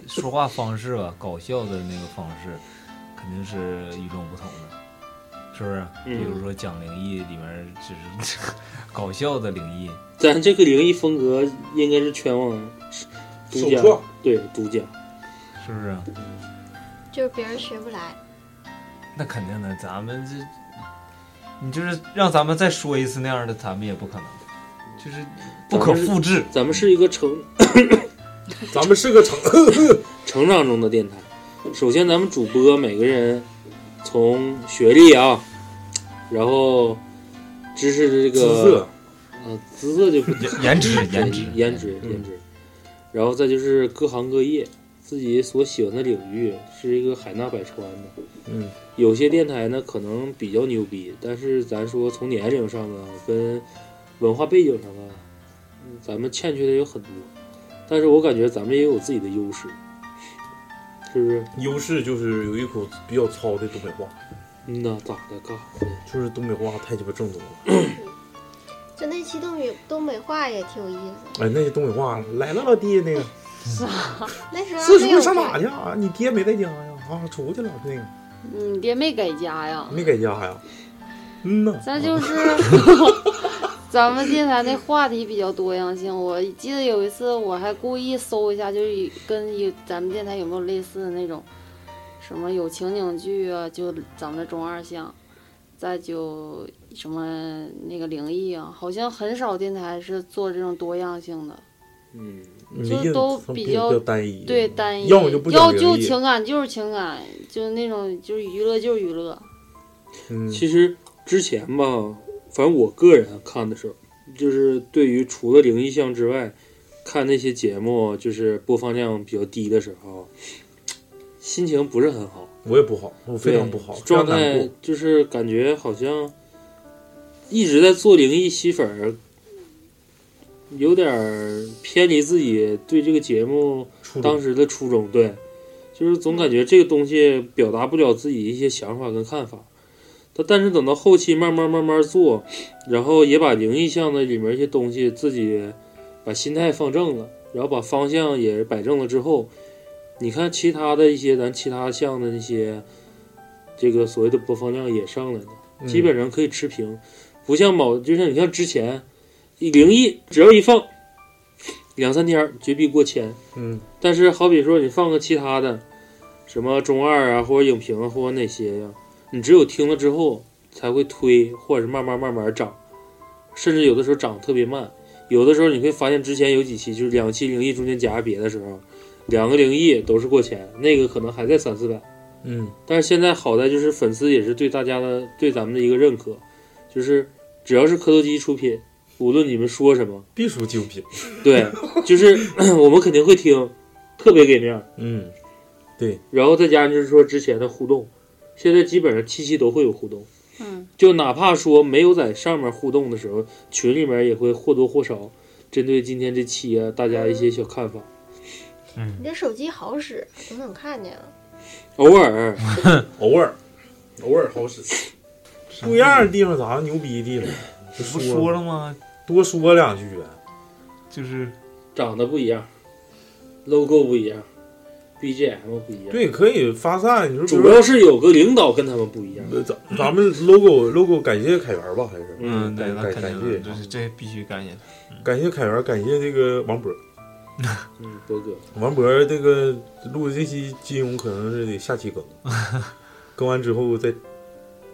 Speaker 2: 说话方式吧，搞笑的那个方式， [laughs] 肯定是与众不同的，是不是？
Speaker 1: 嗯
Speaker 2: 比如说讲灵异里面就是搞笑的灵异，
Speaker 1: 咱这个灵异风格应该是全网独家
Speaker 6: 首创，
Speaker 1: 对，独家。
Speaker 2: 是不是？
Speaker 7: 就是别人学不来。
Speaker 2: 那肯定的，咱们这，你就是让咱们再说一次那样的，咱们也不可能，就是不可复制。
Speaker 1: 咱们是一个成
Speaker 6: 咱们是个城， [laughs]
Speaker 1: 成长中的电台。首先，咱们主播每个人从学历啊，然后知识的这
Speaker 6: 姿
Speaker 1: 个
Speaker 6: 色，
Speaker 1: 啊，姿色就不
Speaker 2: 颜值，
Speaker 1: [laughs]
Speaker 2: 颜值，嗯
Speaker 1: 颜值，颜值。然后再就是各行各业，自己所喜欢的领域是一个海纳百川的。
Speaker 6: 嗯，
Speaker 1: 有些电台呢可能比较牛逼，但是咱说从年龄上呢，跟文化背景上啊，嗯咱们欠缺的有很多。但是我感觉咱们也有自己的优势，是不是？
Speaker 6: 优势就是有一口比较糙的东北话，
Speaker 1: 嗯呐，咋的干啥的？
Speaker 6: 就是东北话太鸡巴正宗了。
Speaker 5: [clears throat]
Speaker 7: 就那期东北东北话也挺有意思，
Speaker 6: 哎，那些东北话来了，老弟那
Speaker 5: 啊
Speaker 6: 个。
Speaker 7: 那时候
Speaker 6: 四
Speaker 7: 还
Speaker 6: 叔
Speaker 7: 有
Speaker 6: 上
Speaker 7: 这
Speaker 6: 哪去啊？你爹没在家呀？啊，出去了，那个
Speaker 5: 嗯，爹没改家呀，
Speaker 6: 没在家呀？嗯呐，
Speaker 5: 咱
Speaker 6: [laughs]
Speaker 5: 就是咱们电台那话题比较多样性。我记得有一次我还故意搜一下，就是跟有咱们电台有没有类似的那种，什么有情景剧啊，就咱们的中二项，再就什么那个灵异啊，好像很少电台是做这种多样性的，
Speaker 1: 嗯，
Speaker 6: 你的意思
Speaker 5: 都
Speaker 6: 比
Speaker 5: 比
Speaker 6: 较
Speaker 5: 较
Speaker 6: 单一，
Speaker 5: 对单一，
Speaker 6: 要么就不讲
Speaker 5: 要
Speaker 6: 灵
Speaker 5: 就
Speaker 6: 异
Speaker 5: 情感就是情感，就是那种就是娱乐就是娱乐，
Speaker 6: 嗯，
Speaker 1: 其实之前吧，反正我个人啊看的时候，就是对于除了灵异项之外，看那些节目就是播放量比较低的时候，心情不是很好，
Speaker 6: 我也不好，我非常
Speaker 1: 对
Speaker 6: 不好，非
Speaker 1: 状
Speaker 6: 常难
Speaker 1: 态
Speaker 6: 过。
Speaker 1: 就是感觉好像一直在做灵异吸粉儿，有点儿偏离自己对这个节目
Speaker 6: 初
Speaker 1: 当
Speaker 6: 中
Speaker 1: 时的初衷，对，就是总感觉这个东西表达不了自己一些想法跟看法。但但是等到后期慢慢慢慢做，然后也把灵异项的里面一些东西自己把心态放正了，然后把方向也摆正了之后，你看其他的一些咱其他项的那些这个所谓的播放量也上来了，
Speaker 6: 嗯
Speaker 1: 基本上可以持平，不像某就像你像之前一灵异只要一放两三天儿绝壁过千。
Speaker 6: 嗯，
Speaker 1: 但是好比说你放个其他的，什么中二啊，或者影评啊，或者哪些呀、你只有听了之后才会推，或者是慢慢慢慢涨，甚至有的时候涨特别慢。有的时候你会发现，之前有几期就是两期灵异中间夹别的时候，两个灵异都是过千，那个可能还在三四百。
Speaker 6: 嗯，
Speaker 1: 但是现在好在就是粉丝也是对大家的对咱们的一个认可，就是只要是磕头机出品，无论你们说什么，
Speaker 6: 必属精品。
Speaker 1: 对，就是 [coughs] 我们肯定会听，特别给面儿。
Speaker 6: 嗯，
Speaker 1: 然后再加上就是说之前的互动，现在基本上七期都会有互动，
Speaker 5: 嗯，
Speaker 1: 就哪怕说没有在上面互动的时候，群里面也会或多或少针对今天这期啊，大家一些小看法，
Speaker 7: 你这手机好使，总能看见了。
Speaker 1: 偶尔
Speaker 6: 偶尔，嗯偶尔好使。不一样的地方咋牛逼的地方？
Speaker 2: 你不
Speaker 6: 说
Speaker 2: 说了吗？
Speaker 6: 多说两句呗。
Speaker 2: 就是
Speaker 1: 长得不一样，logo 不一样， BGM 不一样。
Speaker 6: 对，可以发散。你说呃
Speaker 1: 主要是有个领导跟他们不一样。
Speaker 6: 咱咱们 logo logo 感谢凯源吧，还是
Speaker 2: 嗯，对，
Speaker 6: 感
Speaker 2: 那
Speaker 6: 感
Speaker 2: 肯
Speaker 6: 感
Speaker 2: 定的，
Speaker 6: 谢
Speaker 2: 这是这必须感谢他。
Speaker 6: 感谢凯源，感谢这个王博。
Speaker 1: 嗯，博哥，
Speaker 6: 王博这个录的这期金融可能是得
Speaker 2: [laughs]
Speaker 6: 下期更，更完之后再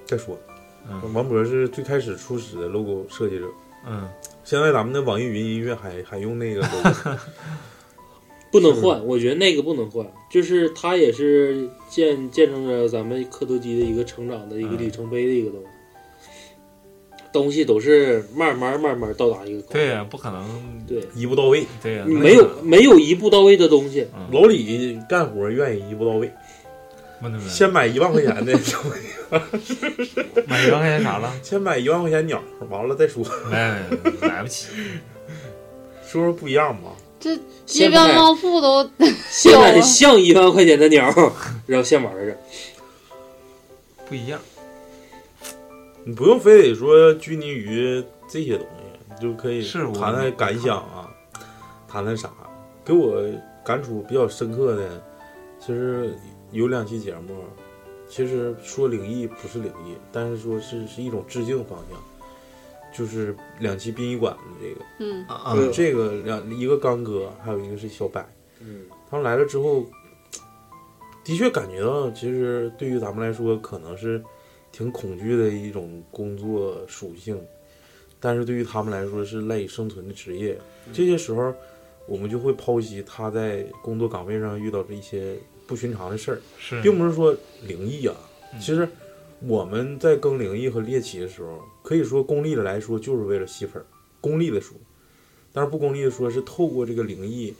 Speaker 6: 再说。
Speaker 2: 嗯
Speaker 6: 王博是最开始初始的 logo 设计者，
Speaker 2: 嗯，
Speaker 6: 现在咱们的网易云音乐还还用那
Speaker 2: [laughs]
Speaker 6: 个 logo，
Speaker 1: 不能换，我觉得那个不能换，就是它也是见见证着咱们科多基的一个成长的一个
Speaker 2: 嗯
Speaker 1: 里程碑的一个东西。东西都是慢慢慢慢到达一个高度。
Speaker 2: 对呀，不可能，
Speaker 1: 对，
Speaker 6: 一步到位。
Speaker 2: 对呀，
Speaker 1: 你
Speaker 2: 那
Speaker 1: 没有没有一步到位的东西。
Speaker 2: 嗯
Speaker 6: 老李干活愿意一步到位，
Speaker 2: 问他们
Speaker 6: 先买一万块钱的，
Speaker 2: 买一万块钱啥了？ [laughs]
Speaker 6: 先买一万块钱鸟，完了再说，
Speaker 2: 买买不起，
Speaker 6: 说说不一样吧。
Speaker 5: 这
Speaker 1: 现
Speaker 5: 鸡
Speaker 1: 在
Speaker 5: 肝猫腹
Speaker 6: [laughs]
Speaker 5: 都
Speaker 1: 现
Speaker 5: 有
Speaker 7: 啊
Speaker 1: 在
Speaker 5: 了。
Speaker 1: 像一万块钱的鸟，然后现玩儿着。
Speaker 2: 不一样。
Speaker 6: 你不用非得说拘泥于这些东西，就可以
Speaker 2: 是我
Speaker 6: 谈谈感想啊，谈谈啥？给我感触比较深刻的，其实有两期节目，其实说灵异不是灵异，但是说是是一种致敬方向，就是两期殡仪馆的这个，
Speaker 5: 嗯，
Speaker 2: 啊
Speaker 1: 嗯
Speaker 6: 这个两一个刚哥，还有一个是小白，
Speaker 1: 嗯，
Speaker 6: 他们来了之后，的确感觉到，其实对于咱们来说，可能是挺恐惧的一种工作属性，但是对于他们来说是赖以生存的职业。这些时候，我们就会剖析他在工作岗位上遇到的一些不寻常的事儿，
Speaker 2: 是，
Speaker 6: 并不是说灵异啊。其实我们在更灵异和猎奇的时候，可以说功利的来说，就是为了吸粉儿，功利的说。但是不功利的说，是透过这个灵异，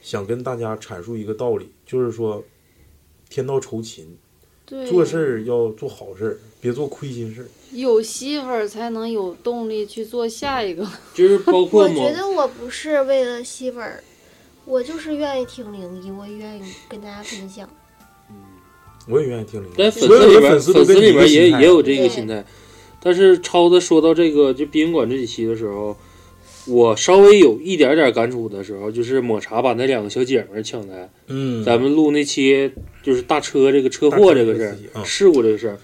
Speaker 6: 想跟大家阐述一个道理，就是说，天道酬勤，
Speaker 5: 对，
Speaker 6: 做事儿要做好事儿，别做亏心事儿。
Speaker 5: 有媳妇儿才能有动力去做下一个。
Speaker 1: 就是包
Speaker 7: 我
Speaker 1: 括某
Speaker 7: 觉得我不是为了吸粉儿，我就是愿意听灵异，我愿意跟大家分享。
Speaker 6: 我也愿意听灵
Speaker 1: 在
Speaker 6: 异，
Speaker 1: 粉
Speaker 6: 所
Speaker 1: 丝
Speaker 6: 有
Speaker 1: 里
Speaker 6: 的
Speaker 1: 边，
Speaker 6: 粉
Speaker 1: 丝
Speaker 6: 丝都跟你
Speaker 1: 里
Speaker 6: 一个
Speaker 1: 边也
Speaker 6: 心态
Speaker 1: 也有这个
Speaker 7: 对
Speaker 1: 心态。但是超子说到这个就殡仪馆这几期的时候，我稍微有一点点感触的时候，就是抹茶把那两个小姐们儿请来，
Speaker 6: 嗯，
Speaker 1: 咱们录那期就是大车这个车祸这个事儿
Speaker 6: 大车这个事、情嗯
Speaker 1: 事故这个事儿，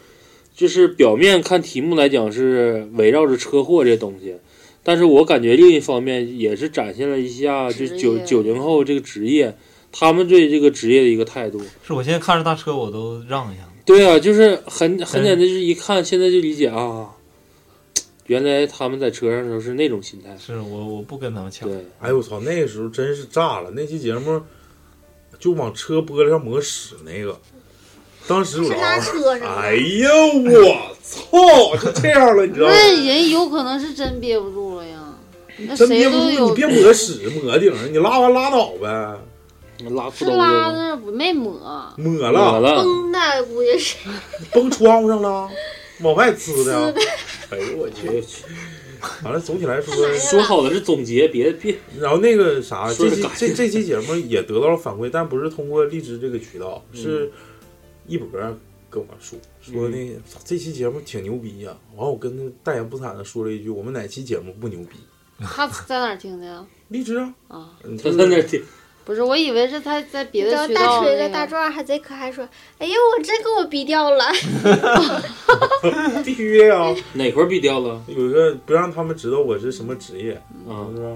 Speaker 1: 就是表面看题目来讲是围绕着车祸这东西，但是我感觉另一方面也是展现了一下就
Speaker 5: 职
Speaker 1: 九
Speaker 5: 业
Speaker 1: 九零后这个职业，他们对这个职业的一个态度。
Speaker 2: 是我现在看着大车我都让一下。
Speaker 1: 对啊，就是很很简
Speaker 2: 嗯
Speaker 1: 单，就是一看现在就理解啊，原来他们在车上的时候是那种心态。
Speaker 2: 是我我不跟他们抢。
Speaker 1: 对，
Speaker 6: 哎呦我操，那个时候真是炸了！那期节目就往车玻璃上抹屎那个，当时我
Speaker 7: 是拉车上
Speaker 6: 哎呀我
Speaker 5: [laughs]
Speaker 6: 操，就这样了，你知道吗？
Speaker 5: 那人有可能是真憋不住了呀，那
Speaker 6: 真憋
Speaker 5: 谁
Speaker 6: 不
Speaker 5: 都
Speaker 6: 住，
Speaker 5: 有
Speaker 6: 你别抹屎抹顶上，你拉完拉倒呗，
Speaker 1: 拉裤
Speaker 5: 是
Speaker 1: 兜
Speaker 5: 拉
Speaker 1: 子
Speaker 5: 那不没
Speaker 6: [laughs]
Speaker 5: 抹，
Speaker 6: 抹
Speaker 1: 抹
Speaker 6: 了，
Speaker 1: 了，
Speaker 7: 崩的估计是
Speaker 6: 崩窗户上了， [laughs] 往外呲的。 [laughs] 哎呦我去！
Speaker 1: 我去
Speaker 6: 完了，总体来说，
Speaker 1: 说好的是总结，别别
Speaker 2: 嗯
Speaker 6: 然后那个啥，
Speaker 1: 说
Speaker 6: 这
Speaker 1: 是
Speaker 6: 期
Speaker 1: 感
Speaker 6: 这这期节目也得到了反馈，但不是通过荔枝这个渠道，
Speaker 1: 嗯
Speaker 6: 是一博跟我说说那个操这期节目挺牛逼呀、完我跟他大言不惭的说了一句，我们哪期节目不牛逼？
Speaker 5: 他在哪儿听的呀？
Speaker 6: 荔枝啊，
Speaker 5: 啊，
Speaker 6: 嗯
Speaker 1: [laughs] 他
Speaker 6: 就是
Speaker 1: 在那儿听，
Speaker 5: 不是，我以为是他在别
Speaker 7: 你知道
Speaker 5: 的渠
Speaker 7: 大
Speaker 5: 道
Speaker 7: 锤
Speaker 5: 那
Speaker 7: 子
Speaker 5: 个
Speaker 7: 大壮还贼可爱说：“哎呀，我真给我逼掉了。
Speaker 6: 必须的呀，
Speaker 1: 哪块儿毙掉了
Speaker 6: 有一个不让他们知道我是什么职业，
Speaker 1: 啊
Speaker 6: 是？吧？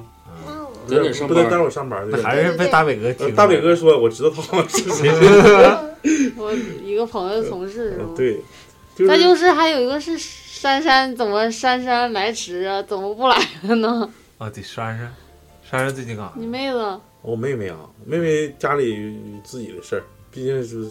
Speaker 7: 哇哦
Speaker 1: 在哪儿上
Speaker 6: 不在待
Speaker 1: 班？
Speaker 6: 会儿上班对吧？
Speaker 2: 还是被大伟哥
Speaker 6: 呃
Speaker 2: 听。
Speaker 6: 大伟哥，说我知道
Speaker 1: [laughs]
Speaker 6: 他们是谁，
Speaker 5: 我一个朋友同事
Speaker 6: [laughs]
Speaker 5: 是吗？
Speaker 6: 对，就
Speaker 5: 再嗯就是是还有一个是珊珊，怎么珊珊来迟啊？怎么不来了呢？
Speaker 2: 啊，对，珊珊，珊珊最近干啥？
Speaker 5: 你妹子，
Speaker 6: 我妹妹啊，妹妹家里有自己的事儿，毕竟是也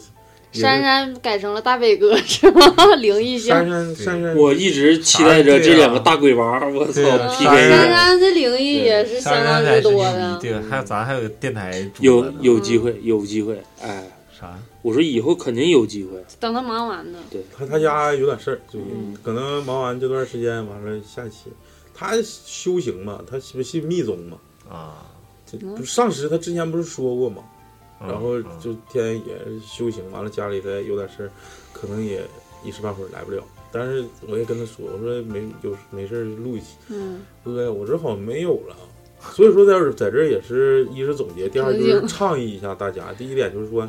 Speaker 6: 是
Speaker 5: 珊珊改成了大北哥是吗？ [laughs] 灵异性。
Speaker 6: 珊珊珊珊，
Speaker 1: 我一直期待着
Speaker 2: 啥呀
Speaker 1: 这两个大鬼娃，我操
Speaker 2: 对啊呀
Speaker 5: 珊
Speaker 2: 啥
Speaker 1: ，PK
Speaker 2: 呀
Speaker 5: 珊的灵异也是相当之
Speaker 2: 之
Speaker 5: 多的，
Speaker 2: 对，还有咱还有个电台主播
Speaker 1: 有
Speaker 2: 呢
Speaker 1: 有机会，有机会，哎，
Speaker 2: 啥？
Speaker 1: 我说以后肯定有机会，
Speaker 5: 等他忙完呢。
Speaker 6: 她她家有点事儿，最
Speaker 5: 嗯
Speaker 6: 近可能忙完这段时间，完了下期她修行嘛，她信不信密宗嘛？
Speaker 2: 啊，
Speaker 6: 这
Speaker 5: 嗯
Speaker 6: 不是上师她之前不是说过嘛？
Speaker 2: 嗯
Speaker 6: 然后
Speaker 2: 嗯
Speaker 6: 就天也修行，完了家里她有点事儿，可能也一时半会儿来不了。但是我也跟她说，我说没有没事儿录一期，
Speaker 5: 嗯，
Speaker 6: 对，我这好像没有了，所以说在这儿在这儿也是一是总结，第二就是倡议一下大家。第一点就是说，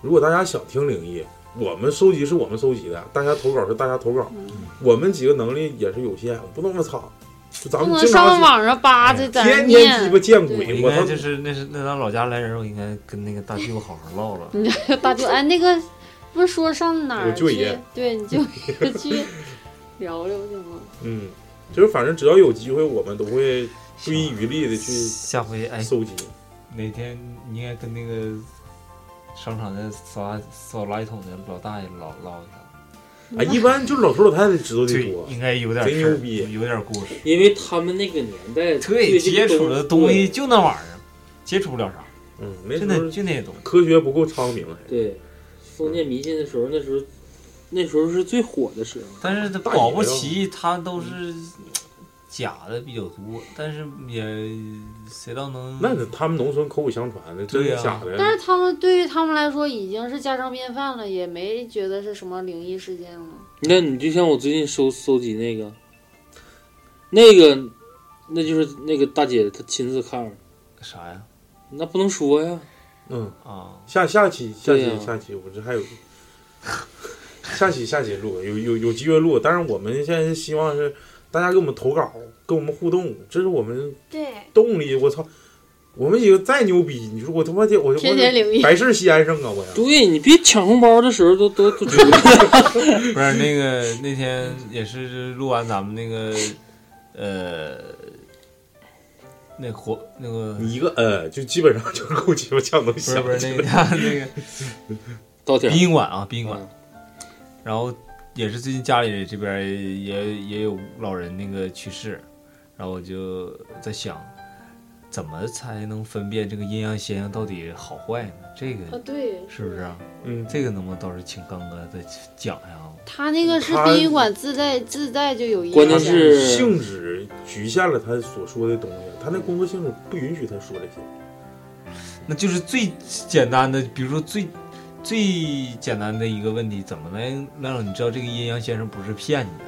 Speaker 6: 如果大家想听灵异，我们收集是我们收集的，大家投稿是大家投稿，
Speaker 5: 嗯
Speaker 2: 嗯
Speaker 6: 我们几个能力也是有限，不能我操，就咱
Speaker 5: 不
Speaker 6: 们
Speaker 5: 能
Speaker 6: 经
Speaker 5: 上
Speaker 6: 常
Speaker 5: 网上
Speaker 2: 哎
Speaker 5: 扒去在那
Speaker 6: 天天鸡
Speaker 5: 念
Speaker 6: 巴。见
Speaker 2: 我
Speaker 6: 鬼，
Speaker 2: 应
Speaker 6: 我操
Speaker 2: 该！就是那是那咱老家来人，我应该跟那个大舅好好唠唠。
Speaker 5: 你这大舅哎，那个不是说上哪
Speaker 6: 我
Speaker 5: 儿
Speaker 6: 舅
Speaker 5: 去
Speaker 6: 爷？
Speaker 5: 对，你
Speaker 6: [laughs]
Speaker 5: 舅爷去聊聊去吗？
Speaker 6: 嗯，就是反正只要有机会，我们都会不遗余力的去
Speaker 2: 下回啊哎，
Speaker 6: 搜集。
Speaker 2: 哪天你应该跟那个商场的扫垃扫垃圾桶的老大爷唠唠一下。
Speaker 6: 啊，一般就是老头老太太知道的多，
Speaker 2: 嗯应该有点
Speaker 6: 贼
Speaker 2: 事儿
Speaker 6: 牛逼
Speaker 2: 有点故事。
Speaker 1: 因为他们那个年代
Speaker 2: 对，
Speaker 1: 这个
Speaker 2: 接触的东西就那玩意儿，接触不了啥，
Speaker 6: 嗯，没
Speaker 2: 就
Speaker 6: 什
Speaker 2: 那
Speaker 6: 么
Speaker 2: 就那些东西。
Speaker 6: 科学不够昌明，还
Speaker 1: 对，对封建迷信的时候，那时候那时候是最火的时候。
Speaker 2: 但是它
Speaker 6: 大
Speaker 2: 保不
Speaker 6: 爷呀
Speaker 2: 齐它都是假的比较多，但是也谁道能
Speaker 6: 那他们农村口口相传的，真
Speaker 2: 对啊
Speaker 6: 的
Speaker 2: 呀
Speaker 6: 假的？
Speaker 5: 但是他们对于他们来说已经是家常便饭了，也没觉得是什么灵异事件了。
Speaker 1: 那你就像我最近收搜集那个，那个，那就是那个大姐她亲自看着，
Speaker 2: 啥呀？
Speaker 1: 那不能说呀。
Speaker 6: 嗯，
Speaker 2: 啊，
Speaker 6: 下下期下
Speaker 1: 对呀
Speaker 6: 期下期，我这还有下期下期录，有有有机会录，但是我们现在是希望是大家给我们投稿，跟我们互动，这是我们
Speaker 7: 对，
Speaker 6: 动力。我操，我们几个再牛逼，你说我他妈的，我我
Speaker 5: 天天灵异
Speaker 6: 白事先生啊，我呀，
Speaker 1: 对你别抢红包的时候都都都出来
Speaker 2: 不是那个那天也是录完咱们那个呃那活那个
Speaker 6: 你一个呃，就基本上就是 [laughs] 够鸡巴
Speaker 2: [laughs]
Speaker 6: 呛能
Speaker 2: 不是
Speaker 6: 想
Speaker 2: 不是那
Speaker 6: 起
Speaker 2: 个 [laughs]
Speaker 6: 来
Speaker 2: 那个
Speaker 1: [laughs] 到点儿
Speaker 2: 殡仪馆啊殡仪馆
Speaker 1: 嗯，
Speaker 2: 然后也是最近家里这边也也有老人那个去世，然后我就在想，怎么才能分辨这个阴阳先生到底好坏呢？这
Speaker 5: 啊
Speaker 2: 个，
Speaker 5: 对，
Speaker 2: 是不是啊？
Speaker 6: [laughs] 嗯，
Speaker 2: 这个能不能到时候请刚哥再讲一下啊？
Speaker 5: 他那个是
Speaker 6: 他
Speaker 5: 殡仪馆自带自带就有一
Speaker 1: 关键
Speaker 5: 家
Speaker 1: 是
Speaker 6: 性质局限了他所说的东西，他那工作性质不允许他说这些。
Speaker 2: 那就是最简单的，比如说最最简单的一个问题，怎么来让你知道这个阴阳先生不是骗你的？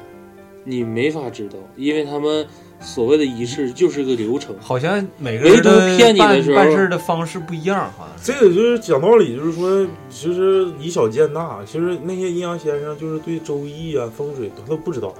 Speaker 1: 你没法知道，因为他们所谓的仪式就是个流程。
Speaker 2: 好像每个人
Speaker 1: 唯独骗你的
Speaker 2: 办
Speaker 1: 时候
Speaker 2: 办事儿的方式不一样，好像是
Speaker 6: 这个就是讲道理，就是说，其实以小见大，其实那些阴阳先生就是对周易啊、风水他都不知道，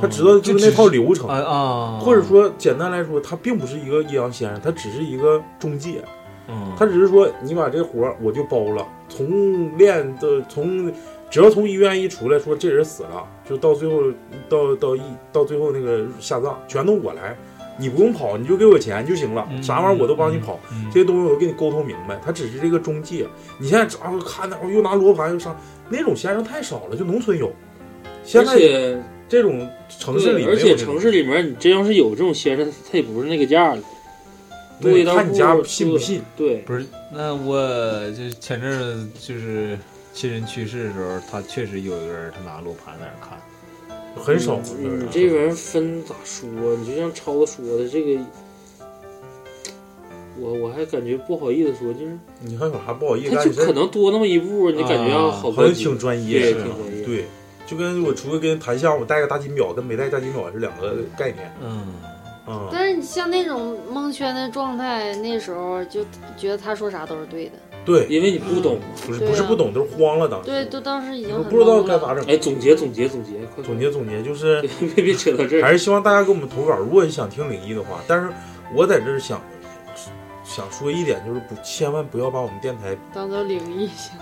Speaker 6: 他知道
Speaker 2: 嗯
Speaker 6: 就是那套
Speaker 2: 只
Speaker 6: 流程，
Speaker 2: 啊啊，
Speaker 6: 或者说简单来说，他并不是一个阴阳先生，他只是一个中介，
Speaker 2: 嗯，
Speaker 6: 他只是说你把这活儿我就包了，从练的从只要从医院一出来说这人死了，就到最后到到一到最后那个下葬全都我来，你不用跑，你就给我钱就行了，
Speaker 2: 嗯
Speaker 6: 啥玩意儿我都帮你跑。
Speaker 2: 嗯
Speaker 6: 这些东西我都给你沟通明白，他只是这个中介。你现在只要看那又拿罗盘又上那种先生太少了，就农村有。现
Speaker 1: 而
Speaker 6: 在
Speaker 1: 且
Speaker 6: 这种城市
Speaker 1: 对
Speaker 6: 里没有
Speaker 1: 而
Speaker 6: 这种，
Speaker 1: 且城市里面，你真要是有这种先生，他也不是那个价儿了。多一
Speaker 6: 对
Speaker 1: 道
Speaker 6: 看你家
Speaker 1: 户
Speaker 6: 信不信。
Speaker 1: 对，
Speaker 2: 不是，那我就前阵儿就是亲人去世的时候，他确实有一个人，他拿罗盘在那儿看，
Speaker 6: 很少。
Speaker 1: 嗯你这玩意儿分咋说？你就像超子说的，这个，我我还感觉不好意思说，就是
Speaker 6: 你还有啥不好意思
Speaker 1: 他
Speaker 6: 干
Speaker 1: 就
Speaker 6: 的事儿？
Speaker 1: 可能多那么一步，你感觉
Speaker 2: 啊
Speaker 1: 好
Speaker 6: 好
Speaker 1: 高
Speaker 6: 像
Speaker 1: 级。
Speaker 6: 挺专业
Speaker 1: 对
Speaker 6: 的
Speaker 1: 挺专业，
Speaker 6: 对，就跟我除了跟谈笑我戴个大金表跟没戴大金表是两个概念
Speaker 2: 嗯，
Speaker 6: 啊。
Speaker 5: 但是你像那种蒙圈的状态，那时候就觉得他说啥都是对的，
Speaker 6: 对，
Speaker 1: 因为你不懂嘛。
Speaker 6: 不是
Speaker 5: 对啊
Speaker 6: 不是不懂，都是慌了当时，
Speaker 5: 对，都当时已经很
Speaker 6: 不知道
Speaker 5: 懵
Speaker 6: 该
Speaker 5: 了
Speaker 6: 咋整。
Speaker 1: 哎，总结总结总结，快
Speaker 6: 总结总结就是。
Speaker 1: 快别别扯到这
Speaker 6: 还
Speaker 1: 儿。
Speaker 6: 是希望大家给我们投稿。如果你想听灵异的话，但是我在这儿想想说一点，就是不千万不要把我们电台
Speaker 5: 当做灵异性。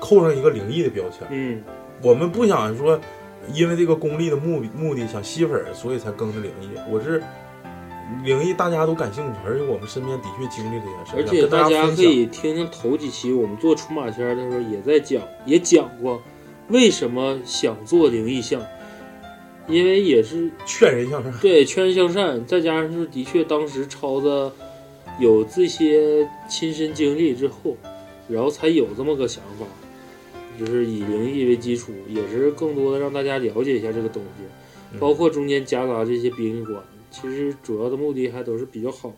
Speaker 6: 扣上一个灵异的标签。
Speaker 1: 嗯，
Speaker 6: 我们不想说因为这个功利的目目的想吸粉儿，所以才更的灵异。我是灵异，大家都感兴趣，而且我们身边的确经历这件事，
Speaker 1: 而
Speaker 6: 想
Speaker 1: 且
Speaker 6: 跟
Speaker 1: 大
Speaker 6: 大
Speaker 1: 家
Speaker 6: 分
Speaker 1: 可
Speaker 6: 享。
Speaker 1: 以听听头几期我们做出马仙儿的时候也在讲，也讲过为什么想做灵异像，因为也是
Speaker 6: 劝人向 [laughs] 善，
Speaker 1: 对劝人向善，再加上就是的确当时超子有这些亲身经历之后，然后才有这么个想法，就是以灵异为基础，也是更多的让大家了解一下这个东西，
Speaker 6: 嗯
Speaker 1: 包括中间夹杂这些殡仪馆，其实主要的目的还都是比较好的。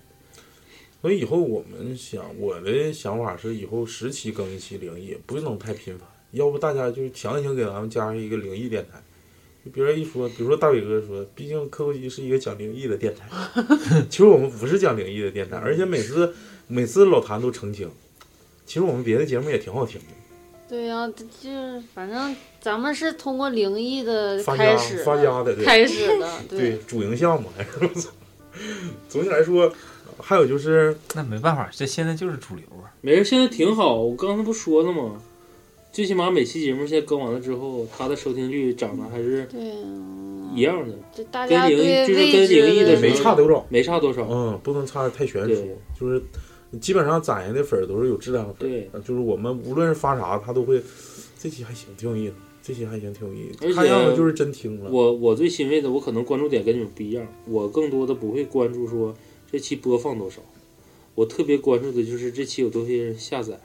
Speaker 6: 所以以后我们想，我的想法是以后十期更一期灵异，不能太频繁，要不大家就强行给咱们加上一个灵异电台。就别人一说，比如说大伟哥说，毕竟科技是一个讲灵异的电
Speaker 5: [laughs]
Speaker 6: 台，其实我们不是讲灵异的电台，而且每次每次老谭都澄清，其实我们别的节目也挺好听的，
Speaker 5: 对呀、就是反正咱们是通过灵异的
Speaker 6: 发
Speaker 5: 开
Speaker 6: 家
Speaker 5: 始
Speaker 6: 发家的，对
Speaker 5: 开始
Speaker 1: [laughs]
Speaker 5: 的，
Speaker 6: 对主营项嘛。 [laughs] 总体来说，还有就是
Speaker 2: 那没办法，这现在就是主流啊。
Speaker 1: 没事，现在挺好。我刚才不说了吗？最起码每期节目现在更完了之后，它的收听率涨得还是
Speaker 5: 对呀、
Speaker 1: 一样的，
Speaker 5: 这大
Speaker 1: 跟
Speaker 5: 家
Speaker 1: 灵
Speaker 5: 对
Speaker 1: 异就是
Speaker 5: 未
Speaker 1: 跟
Speaker 5: 知
Speaker 1: 灵异的
Speaker 6: 没差多少，
Speaker 1: 没差多少。
Speaker 6: 嗯，不能差的太悬殊，就是基本上攒下的粉儿都是有质量的粉儿，呃就是我们无论是发啥，他都会这期还行，挺有意思，这期还行，挺有意
Speaker 1: 而
Speaker 6: 思，
Speaker 1: 且
Speaker 6: 看样子就是真听了。
Speaker 1: 我我最欣慰的，我可能关注点跟你们不一样，我更多的不会关注说这期播放多少，我特别关注的就是这期有多些人下载，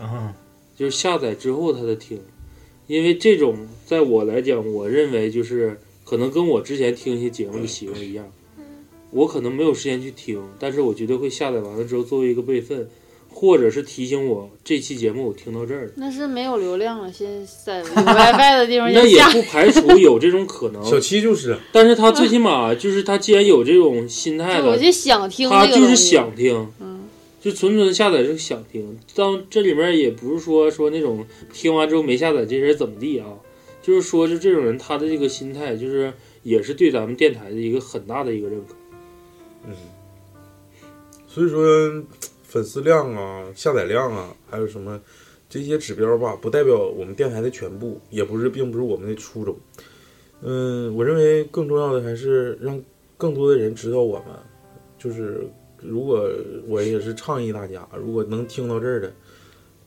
Speaker 4: 啊，
Speaker 1: 就是下载之后他的听，因为这种在我来讲，我认为就是可能跟我之前听一些节目的习惯一样，我可能没有时间去听，但是我绝对会下载完了之后作为一个备份，或者是提醒我这期节目我听到这儿了。
Speaker 5: 那是没有流量了，先在
Speaker 1: [laughs]
Speaker 5: 有 WiFi 的地方
Speaker 1: 那
Speaker 5: 先
Speaker 1: 也
Speaker 5: 下。
Speaker 1: 不排除有这种可能。
Speaker 6: 小七就是，
Speaker 1: 但是他最起码就是他既然有这种心态
Speaker 5: 啊就我
Speaker 1: 了，
Speaker 5: 就想听这
Speaker 1: 他
Speaker 5: 个
Speaker 1: 就
Speaker 5: 东
Speaker 1: 是
Speaker 5: 西，
Speaker 1: 想听，
Speaker 5: 嗯，
Speaker 1: 就纯纯下载是想听。当这里面也不是说说那种听完之后没下载这人怎么地啊，就是说就这种人他的这个心态，就是也是对咱们电台的一个很大的一个认可。
Speaker 6: 嗯，所以说粉丝量啊、下载量啊，还有什么这些指标吧，不代表我们电台的全部，也不是，并不是我们的初衷。嗯，我认为更重要的还是让更多的人知道我们。就是如果我也是倡议大家，如果能听到这儿的，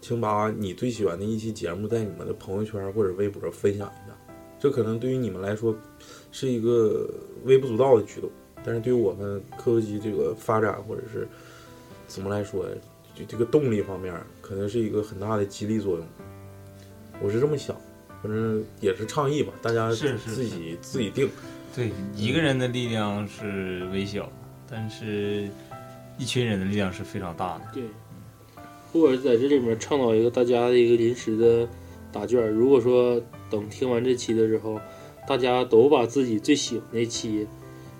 Speaker 6: 请把你最喜欢的一期节目在你们的朋友圈或者微博分享一下。这可能对于你们来说是一个微不足道的举动，但是对于我们科技这个发展或者是怎么来说，就这个动力方面，可能是一个很大的激励作用。我是这么想，反正也是倡议吧，大家
Speaker 2: 是是
Speaker 6: 自己自己定。
Speaker 2: 对，一个人的力量是微小，但是一群人的力量是非常大的。
Speaker 1: 对，或者在这里面倡导一个大家的一个临时的答卷儿。如果说等听完这期的时候，大家都把自己最喜欢的一期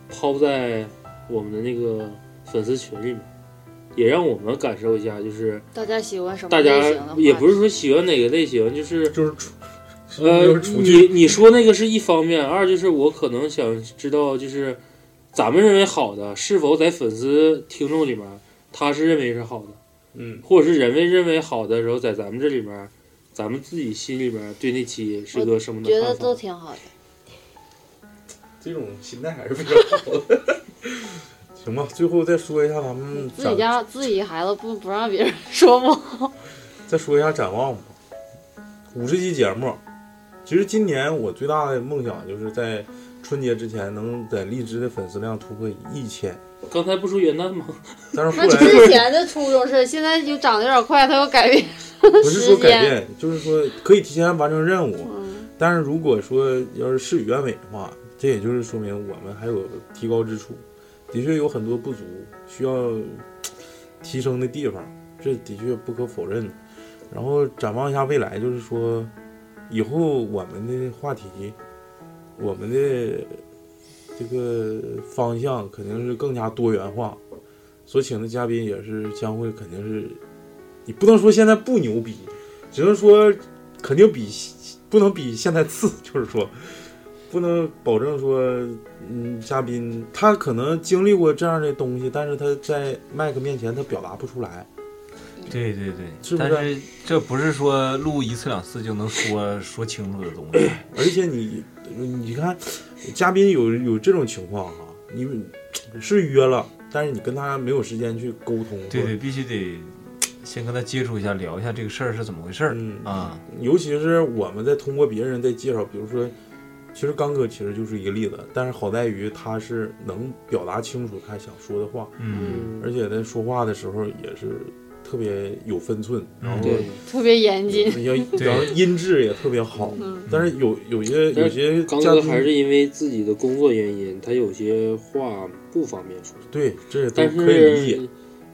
Speaker 1: 抛在我们的那个粉丝群里面，也让我们感受一下，就是
Speaker 5: 大家喜欢什么
Speaker 1: 大
Speaker 5: 类
Speaker 1: 家
Speaker 5: 型的话
Speaker 1: 也不是说喜欢哪个类型，就是
Speaker 6: 就是出，
Speaker 1: 呃
Speaker 6: 就是，出
Speaker 1: 你
Speaker 6: 去
Speaker 1: 你说那个是一方面，二就是我可能想知道，就是咱们认为好的，是否在粉丝听众里面他是认为是好的。
Speaker 6: 嗯，
Speaker 1: 或者是人们认为好的时候，在咱们这里面儿，咱们自己心里面儿对那期是个什么的
Speaker 5: 觉得
Speaker 1: 看
Speaker 5: 都
Speaker 1: 法？
Speaker 5: 挺好的。
Speaker 6: 这种心态还是非常好的。 [laughs] 行吧，最后再说一下咱们
Speaker 5: 自己
Speaker 6: 展，
Speaker 5: 家自己孩子不不让别人 [laughs] 说不好，
Speaker 6: 再说一下展望吧。五十期节目，其实今年我最大的梦想就是在春节之前能在荔枝的粉丝量突破一千，
Speaker 1: 刚才不说元旦吗？
Speaker 6: 但是
Speaker 5: 那
Speaker 6: 后来
Speaker 5: 之前的初衷是，现在就长得有点快，他又改变。
Speaker 6: 不是说
Speaker 5: 时
Speaker 6: 改
Speaker 5: 间
Speaker 6: 变，就是说可以提前完成任务。
Speaker 5: 嗯，
Speaker 6: 但是如果说要是事与愿违的话，这也就是说明我们还有提高之处，的确有很多不足，需要呃提升的地方，这的确不可否认。然后展望一下未来，就是说，以后我们的话题，我们的这个方向肯定是更加多元化，所请的嘉宾也是将会肯定是，你不能说现在不牛逼，只能说肯定比不能比现在次， [laughs] 就是说，不能保证说，嗯，嘉宾他可能经历过这样的东西，但是他在麦克面前他表达不出来。
Speaker 2: 对对对，
Speaker 6: 是不是
Speaker 2: 但是这不是说录一次两次就能说 [coughs] 说清楚的东西。
Speaker 6: 而且你，你看，嘉宾有有这种情况哈、你是约了，但是你跟他没有时间去沟通，
Speaker 2: 对
Speaker 6: 或者
Speaker 2: 对，必须得先跟他接触一下，聊一下这个事儿是怎么回事儿、
Speaker 6: 嗯
Speaker 2: 啊。
Speaker 6: 尤其是我们在通过别人在介绍，比如说，其实刚哥其实就是一个例子，但是好在于他是能表达清楚他想说的话，
Speaker 2: 嗯，
Speaker 6: 而且在说话的时候也是特别有分寸，然后
Speaker 1: 嗯对，
Speaker 5: 特别严谨。
Speaker 6: 要然后音质也特别好。
Speaker 5: 嗯，
Speaker 6: 但是有有些有些
Speaker 1: 刚
Speaker 6: 嘉
Speaker 1: 哥
Speaker 6: 宾
Speaker 1: 还是因为自己的工作原因，他有些话不方便说，
Speaker 6: 对，这也都
Speaker 1: 但
Speaker 6: 可以理解。
Speaker 1: 是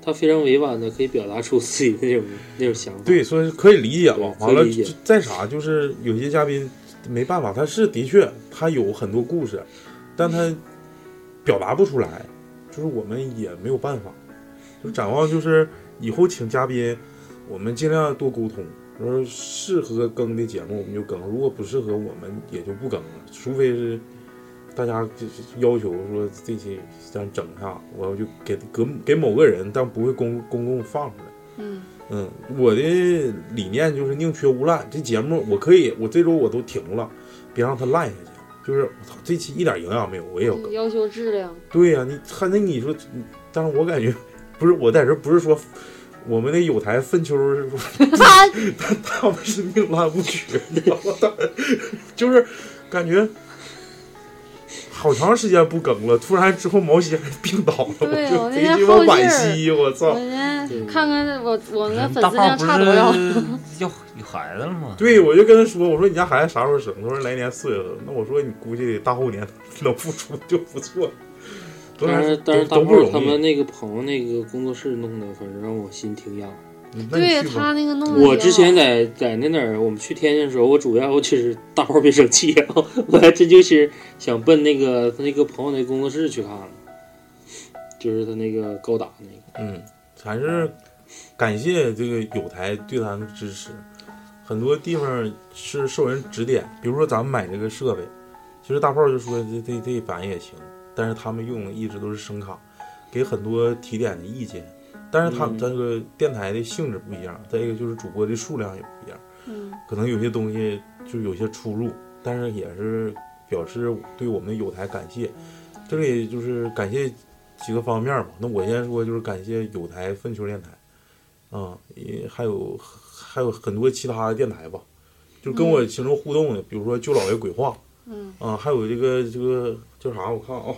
Speaker 1: 他非常委婉的可以表达出自己的那种那种想法。
Speaker 6: 对，所以可以理解吧。
Speaker 1: 对
Speaker 6: 完了
Speaker 1: 可以理解，
Speaker 6: 再啥就是有些嘉宾没办法，他是的确他有很多故事，但他表达不出来，就是我们也没有办法。就展望就是以后请嘉宾，我们尽量多沟通。然后适合更的节目我们就更，如果不适合我们也就不更了，除非是大家就是要求说这期咱整一下，我要就给给给某个人，但不会公公共放出来。
Speaker 5: 嗯
Speaker 6: 嗯，我的理念就是宁缺毋滥，这节目我可以，我这周我都停了，别让它烂下去。就是我操，这期一点营养没有，我也要更。
Speaker 5: [laughs] 要求质量，
Speaker 6: 对呀、你还那你说，但是我感觉不是我在这不是说我们那有台粪
Speaker 5: [laughs]
Speaker 6: 丘儿，他他们是命烂不绝， [laughs] 你知道吗？他就是感觉好长时间不更了，突然之后毛先生病倒了，
Speaker 5: 对
Speaker 6: 我
Speaker 5: 我
Speaker 6: 就
Speaker 5: 那
Speaker 6: 贼
Speaker 5: 天
Speaker 6: 鸡巴
Speaker 5: 后劲
Speaker 6: 惋
Speaker 5: 儿嗯
Speaker 6: 惜，我操！
Speaker 5: 我先看看我我们的
Speaker 6: 人
Speaker 5: 粉
Speaker 6: 大
Speaker 5: 丝
Speaker 6: 胖
Speaker 5: 量
Speaker 6: 不
Speaker 5: 差多 [laughs] 少。
Speaker 6: 是
Speaker 2: 要有孩子了吗？
Speaker 6: 对，我就跟他说，我说你家孩子啥时候生？他说来年四月份。那我说你估计大后年 [laughs] 能复出就不错了。都
Speaker 1: 但是但是大
Speaker 6: 都不
Speaker 1: 胖
Speaker 6: 容
Speaker 1: 他
Speaker 6: 易
Speaker 1: 们。那个朋友那个工作室弄的，反正让我心挺痒。
Speaker 6: 嗯那你去吧
Speaker 5: 他那个弄得
Speaker 1: 我
Speaker 5: 比
Speaker 1: 之
Speaker 5: 较
Speaker 1: 前在在那哪儿，我们去天津的时候，我主要就是大伙儿别生气啊， [laughs] 我还真就是想奔那个他那个朋友那工作室去看了，就是他那个高达那个。
Speaker 6: 嗯，还是感谢这个有台对咱的支持，很多地方是受人指点，比如说咱们买这个设备，其实大炮就说这这这版也行，但是他们用的一直都是声卡，给很多提点的意见，但是他
Speaker 1: 嗯
Speaker 6: 们这个电台的性质不一样，再一个就是主播的数量也不一样，
Speaker 5: 嗯
Speaker 6: 可能有些东西就有些出入，但是也是表示对我们有台感谢。这里就是感谢几个方面吧。那我先说，就是感谢有台粪球电台，啊、也还有还有很多其他的电台吧，就跟我形成互动的，比如说舅老爷鬼话，
Speaker 5: 嗯，
Speaker 6: 啊、还有这个这个叫啥？我看啊、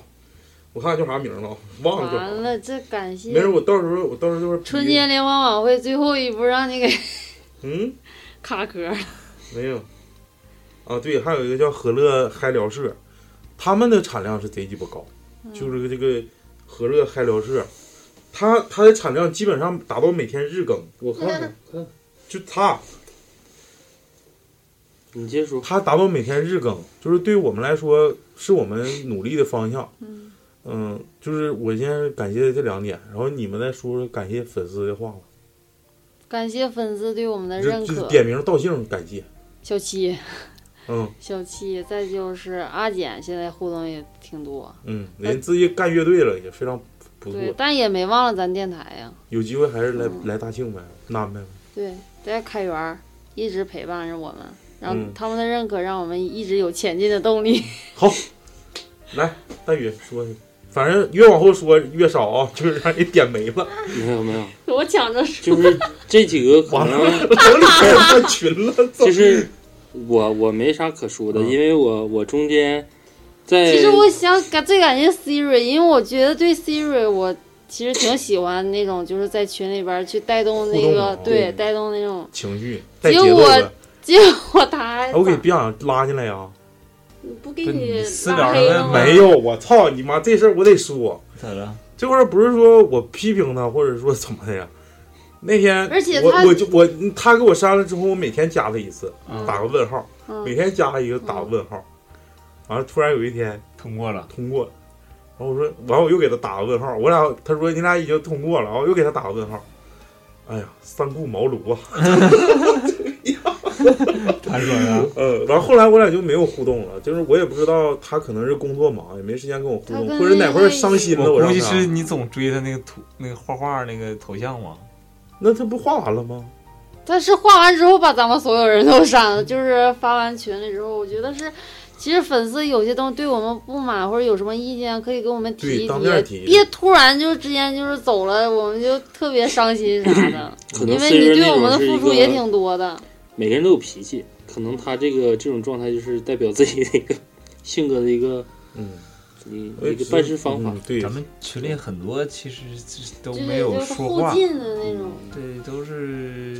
Speaker 6: 我看叫啥名了啊，忘了叫啥
Speaker 5: 完。了，这感谢
Speaker 6: 没事，我到时候我到时候就是
Speaker 5: 春节联欢晚会最后一步让你给 [laughs]
Speaker 6: 嗯
Speaker 5: 卡壳了。
Speaker 6: 没有啊，对，还有一个叫和乐嗨聊社，他们的产量是贼鸡巴高。
Speaker 5: 嗯
Speaker 6: 就是这个和乐嗨聊社，它它的产量基本上达到每天日更。
Speaker 1: 我看看看，
Speaker 6: 就它，
Speaker 1: 你接着说，
Speaker 6: 它达到每天日更，就是对我们来说是我们努力的方向。
Speaker 5: 嗯
Speaker 6: 嗯，就是我先感谢这两点，然后你们再说说感谢粉丝的话吧。
Speaker 5: 感谢粉丝对我们的
Speaker 6: 就
Speaker 5: 认
Speaker 6: 就是
Speaker 5: 可，
Speaker 6: 点名道姓感谢。
Speaker 5: 小七，
Speaker 6: 嗯
Speaker 5: 小七，再就是阿简，现在互动也挺多，
Speaker 6: 嗯，人自己干乐队了，也非常不错。
Speaker 5: 对，嗯但也没忘了咱电台呀，
Speaker 6: 有机会还是来、来大庆呗，安排呗。
Speaker 5: 对，在开源儿一直陪伴着我们，然后
Speaker 6: 嗯
Speaker 5: 他们的认可让我们一直有前进的动
Speaker 6: [laughs]
Speaker 5: 力。
Speaker 6: 好，来大宇说去，反正越往后说越少啊，就是让你点没了。
Speaker 1: 没有没有，
Speaker 5: [laughs] 我抢着说，
Speaker 1: 就是这几个可能。
Speaker 6: [laughs] 我里边换群了，
Speaker 1: 就是我我没啥可说的，因为我我中间在
Speaker 5: 其实我想感最感谢 Siri，因为我觉得对 Siri 我其实挺喜欢那种，就是在群里边儿去带动
Speaker 6: 互
Speaker 5: 那
Speaker 6: 动
Speaker 5: 个
Speaker 6: 嘛，
Speaker 5: 对，
Speaker 6: 对
Speaker 5: 带动那种。
Speaker 6: 情绪带
Speaker 5: 结
Speaker 6: 节奏
Speaker 5: 果
Speaker 6: 的。
Speaker 5: 结果他还
Speaker 6: 哎我给别想拉进来呀、
Speaker 5: 不给
Speaker 2: 对你私聊
Speaker 5: 拉黑
Speaker 2: 上
Speaker 5: 了吗？
Speaker 6: 没有，我操你妈，这事儿我得说。
Speaker 2: 咋了？
Speaker 6: 这块儿不是说我批评他，或者说怎么的呀？ [laughs] 那天
Speaker 5: 而且
Speaker 6: 我
Speaker 5: 他
Speaker 6: 我就我他给我删了之后，我每天加他一次，打个问号，
Speaker 5: 嗯
Speaker 6: 每天加他一个打个问号。完了，突然有一天
Speaker 2: 嗯通过了，
Speaker 6: 通过了，然后我说，完了我又给他打个问号，我俩他说你俩已经通过了，然后又给他打个问号。哎呀，三顾茅庐啊！
Speaker 2: 他说的。
Speaker 6: 呃，完后来我俩就没有互动了，就是我也不知道他可能是工作忙，也没时间跟我互动
Speaker 5: 他，跟
Speaker 6: 或者哪块儿伤心了，
Speaker 2: 我
Speaker 6: 让
Speaker 2: 估计
Speaker 6: 他
Speaker 2: 是你总追他那个图、那个画画那个头像嘛。
Speaker 6: 那他不画完了吗？
Speaker 5: 但是画完之后把咱们所有人都删了，就是发完群里之后，我觉得是，其实粉丝有些东西对我们不满或者有什么意见，可以给我们
Speaker 6: 对
Speaker 5: 提
Speaker 6: 当面
Speaker 5: 一
Speaker 6: 提
Speaker 5: 别突然就之间就是走了，我们就特别伤心啥
Speaker 6: [laughs]
Speaker 5: 的，
Speaker 1: 可能
Speaker 5: 因为
Speaker 1: 虽
Speaker 5: 你
Speaker 1: 然
Speaker 5: 对
Speaker 1: 那
Speaker 5: 我们的
Speaker 1: 种是
Speaker 5: 付
Speaker 1: 一
Speaker 5: 出
Speaker 1: 个
Speaker 5: 也挺多的。
Speaker 1: 每个人都有脾气，可能他这个这种状态就是代表自己的一个性格的一个
Speaker 6: 嗯，
Speaker 1: 一
Speaker 6: 我也
Speaker 1: 一个
Speaker 6: 是
Speaker 1: 办事方法
Speaker 6: 嗯。
Speaker 2: [laughs]
Speaker 6: 对，
Speaker 2: 咱们群里很多其实就是都
Speaker 5: 就是
Speaker 2: 没有
Speaker 5: 就是
Speaker 2: 说
Speaker 5: 后
Speaker 2: 话，
Speaker 5: 进的那
Speaker 6: 嗯
Speaker 5: 种，
Speaker 2: 对，都是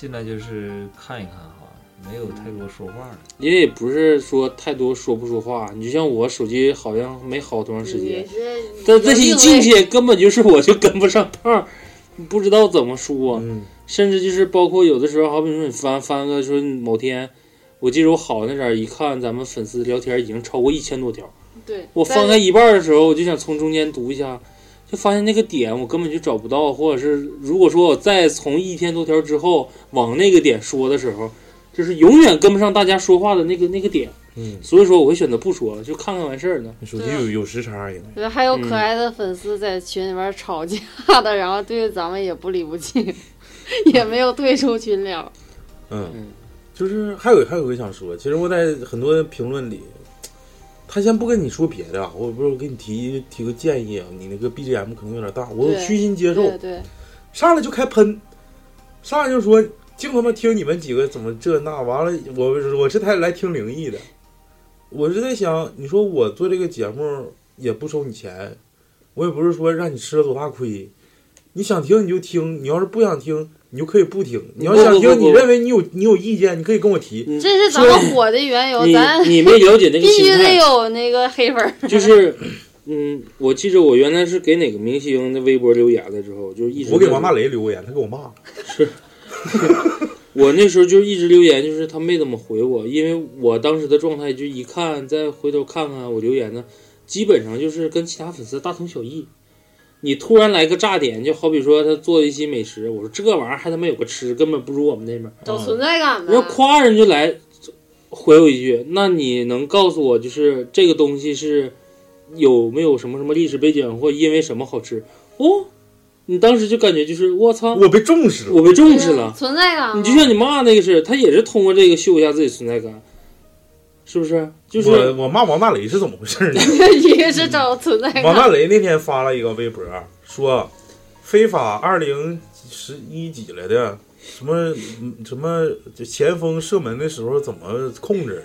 Speaker 2: 进来就是看一看哈，没有太多说话的。
Speaker 1: 因为也不是说太多说不说话，你就像我手机好像没好多长时
Speaker 5: 也
Speaker 1: 间，
Speaker 5: 是
Speaker 1: 但这一进去根本就是我就跟不上趟儿，不知道怎么说。啊
Speaker 6: 嗯，
Speaker 1: 甚至就是包括有的时候，好比说你翻翻个说某天，我记得我好那点儿一看，咱们粉丝聊天已经超过一千多条，
Speaker 5: 对，
Speaker 1: 我翻开一半儿的时候，我就想从中间读一下，就发现那个点我根本就找不到，或者是如果说我再从一千多条之后往那个点说的时候，就是永远跟不上大家说话的那个那个点。
Speaker 5: 啊
Speaker 6: 嗯，
Speaker 1: 所以说我会选择不说了，就看看完事儿呢。
Speaker 6: 手机有有时差因为
Speaker 5: 觉得还
Speaker 1: 嗯
Speaker 5: 有可爱的粉丝在群里边吵架的，然后对咱们也不离不弃， [laughs] 也没有退出群聊。
Speaker 6: 嗯，就是还有还有个想说，其实我在很多评论里，他先不跟你说别的啊，我不是给你提提个建议啊，你那个 BGM 可能有点大，我
Speaker 5: 对
Speaker 6: 虚心接受
Speaker 5: 对，对，
Speaker 6: 上来就开喷，上来就说净他妈听你们几个怎么这那，完了我我是他来听灵异的，我是在想，你说我做这个节目也不收你钱，我也不是说让你吃了多大亏，你想听你就听，你要是不想听。你就可以不听，你要
Speaker 1: 不不
Speaker 6: 想听，
Speaker 1: 不不
Speaker 6: 你认为你有你有意见，你可以跟我提。
Speaker 5: 这是咱们火的缘由，
Speaker 1: 你
Speaker 5: 咱
Speaker 1: 你没了解
Speaker 5: [laughs]
Speaker 1: 那个
Speaker 5: 必须
Speaker 1: 心态
Speaker 5: 得有那个黑粉儿。
Speaker 1: 就是，嗯，我记着我原来是给哪个明星的微博留言了之后，就一直
Speaker 6: 我给王大雷留过言，他给我骂了。
Speaker 1: 我那时候就一直留言，就是他没怎么回我，因为我当时的状态就一看，再回头看看我留言呢，基本上就是跟其他粉丝大同小异。你突然来个炸点，就好比说他做一期美食，我说这玩意儿还他妈有个吃，根本不如我们那边。
Speaker 5: 找存在感呗
Speaker 1: 人。家夸人就来回我一句，那你能告诉我，就是这个东西是有没有什么什么历史背景，或因为什么好吃？哦，你当时就感觉就是我操，
Speaker 6: 我被重视
Speaker 1: 嗯了，我被重视了。
Speaker 5: 存在
Speaker 7: 啊
Speaker 5: 感嘛，
Speaker 1: 你就像你骂那个似的，他也是通过这个秀一下自己存在感，是不是？就是
Speaker 6: 我我骂王大雷是怎么回事呢？
Speaker 5: 一个是找存在感。
Speaker 6: 王大雷那天发了一个微博，说非法二零十一几来的什么嗯什么就前锋射门的时候怎么控制？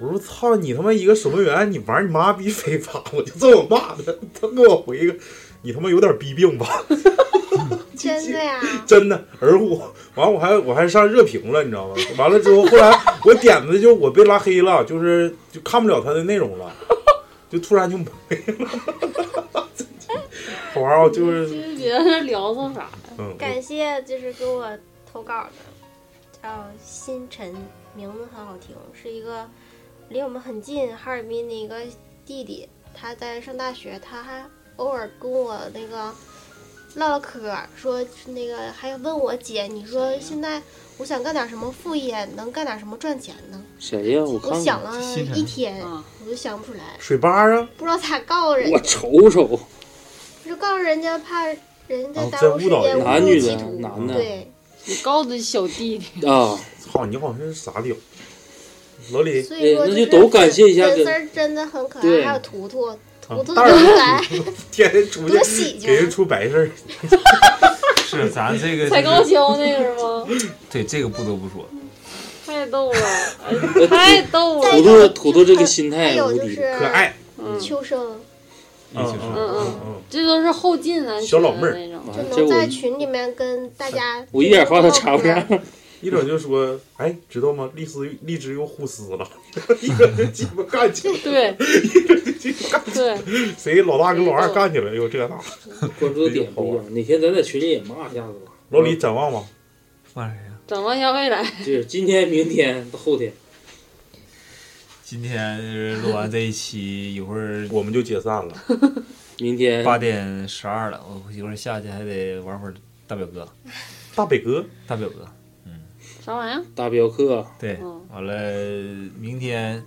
Speaker 6: 我说操你他妈一个守门员，你玩你妈逼非法！我就这么骂他，他给我回一个，你他妈有点逼病吧？
Speaker 7: 真的呀，
Speaker 6: 真的，而我完我还我还上热评了，你知道吗？完了之后，后来我点的就我被拉黑了，就是就看不了他的内容了，就突然就没了。 [laughs] 好玩啊，
Speaker 1: 嗯
Speaker 6: 就是
Speaker 5: 别人聊到啥？
Speaker 6: 嗯，
Speaker 7: 嗯感谢就是给我投稿的，叫星辰，名字很好听，是一个离我们很近哈尔滨的一个弟弟，他在上大学，他还偶尔跟我那个唠唠嗑儿，说那个还问我姐，你说现在我想干点什么副业，能干点什么赚钱呢？
Speaker 1: 谁呀？我
Speaker 7: 我
Speaker 1: 看
Speaker 7: 想
Speaker 1: 看，
Speaker 7: 了
Speaker 6: 星辰
Speaker 7: 一天，我都想不出来，
Speaker 6: 水吧啊，
Speaker 7: 不知道咋告人
Speaker 1: 我
Speaker 7: 家，
Speaker 1: 瞅瞅，
Speaker 7: 我就告诉人家怕人家
Speaker 6: 哦
Speaker 7: 耽
Speaker 6: 在
Speaker 7: 误
Speaker 6: 误
Speaker 7: 时
Speaker 6: 导
Speaker 7: 间，
Speaker 6: 人
Speaker 1: 男
Speaker 7: 误入
Speaker 1: 女
Speaker 7: 歧
Speaker 1: 的
Speaker 7: 途，，
Speaker 1: 男的
Speaker 7: 对。
Speaker 5: 你告诉小弟弟，
Speaker 1: 啊，
Speaker 6: 操你好像是傻屌，老李
Speaker 7: 所以说
Speaker 1: 对
Speaker 7: 是
Speaker 1: 那就都感谢一下
Speaker 7: 粉
Speaker 1: 给
Speaker 7: 丝儿真的很可
Speaker 1: 对
Speaker 7: 爱，还有图图，图
Speaker 1: 啊
Speaker 7: 图
Speaker 6: 大
Speaker 7: 真
Speaker 6: 人
Speaker 7: 可爱，
Speaker 6: 天天出
Speaker 7: 多喜
Speaker 6: 去
Speaker 7: 庆
Speaker 6: 给人出白事儿，
Speaker 2: 是咱这个
Speaker 5: 踩
Speaker 2: 就
Speaker 5: 高
Speaker 2: 是
Speaker 5: 跷那个是吗？
Speaker 2: 对这个不得不说，
Speaker 1: [laughs]
Speaker 5: 太逗了，哎太逗
Speaker 1: 土
Speaker 5: 了。
Speaker 1: 豆土豆这个心
Speaker 7: 还
Speaker 1: 态
Speaker 7: 有
Speaker 1: 无
Speaker 7: 就
Speaker 1: 敌
Speaker 7: 是，
Speaker 6: 可爱。
Speaker 5: 嗯，
Speaker 7: 秋生
Speaker 6: 嗯
Speaker 2: 就是
Speaker 6: 嗯
Speaker 5: 嗯
Speaker 6: 嗯
Speaker 5: 这都是后进男
Speaker 6: 小老妹儿
Speaker 5: 那种。
Speaker 1: 完
Speaker 7: 就
Speaker 1: 了啊这
Speaker 7: 能
Speaker 1: 我
Speaker 7: 在群里面跟大家，
Speaker 1: 我一点
Speaker 7: [laughs]
Speaker 1: 话都插不上。
Speaker 6: 一整就说，哎，知道吗？荔枝荔枝又互撕 [laughs] 了，一整就鸡巴干起来，
Speaker 5: 对
Speaker 6: 鸡巴干起
Speaker 5: 对，
Speaker 6: 来，谁老大跟老二干起来，哟这那。
Speaker 1: 关注的点不一样，哪天咱在群里也骂一下子吧。
Speaker 6: 老李展望吧，
Speaker 2: 骂谁哎呀？
Speaker 5: 展望一下未来，
Speaker 1: 就是今天、明天、后天，
Speaker 2: 今天就是录完这一期，一会儿
Speaker 6: 我们就解散了。
Speaker 1: 明天
Speaker 2: 八点十二了，我一会儿下去还得玩会儿大表哥，
Speaker 6: 大北哥，
Speaker 2: 大表哥。
Speaker 5: 啥玩意儿？
Speaker 1: 大镖客，
Speaker 2: 对，
Speaker 5: 嗯
Speaker 2: 完了，明天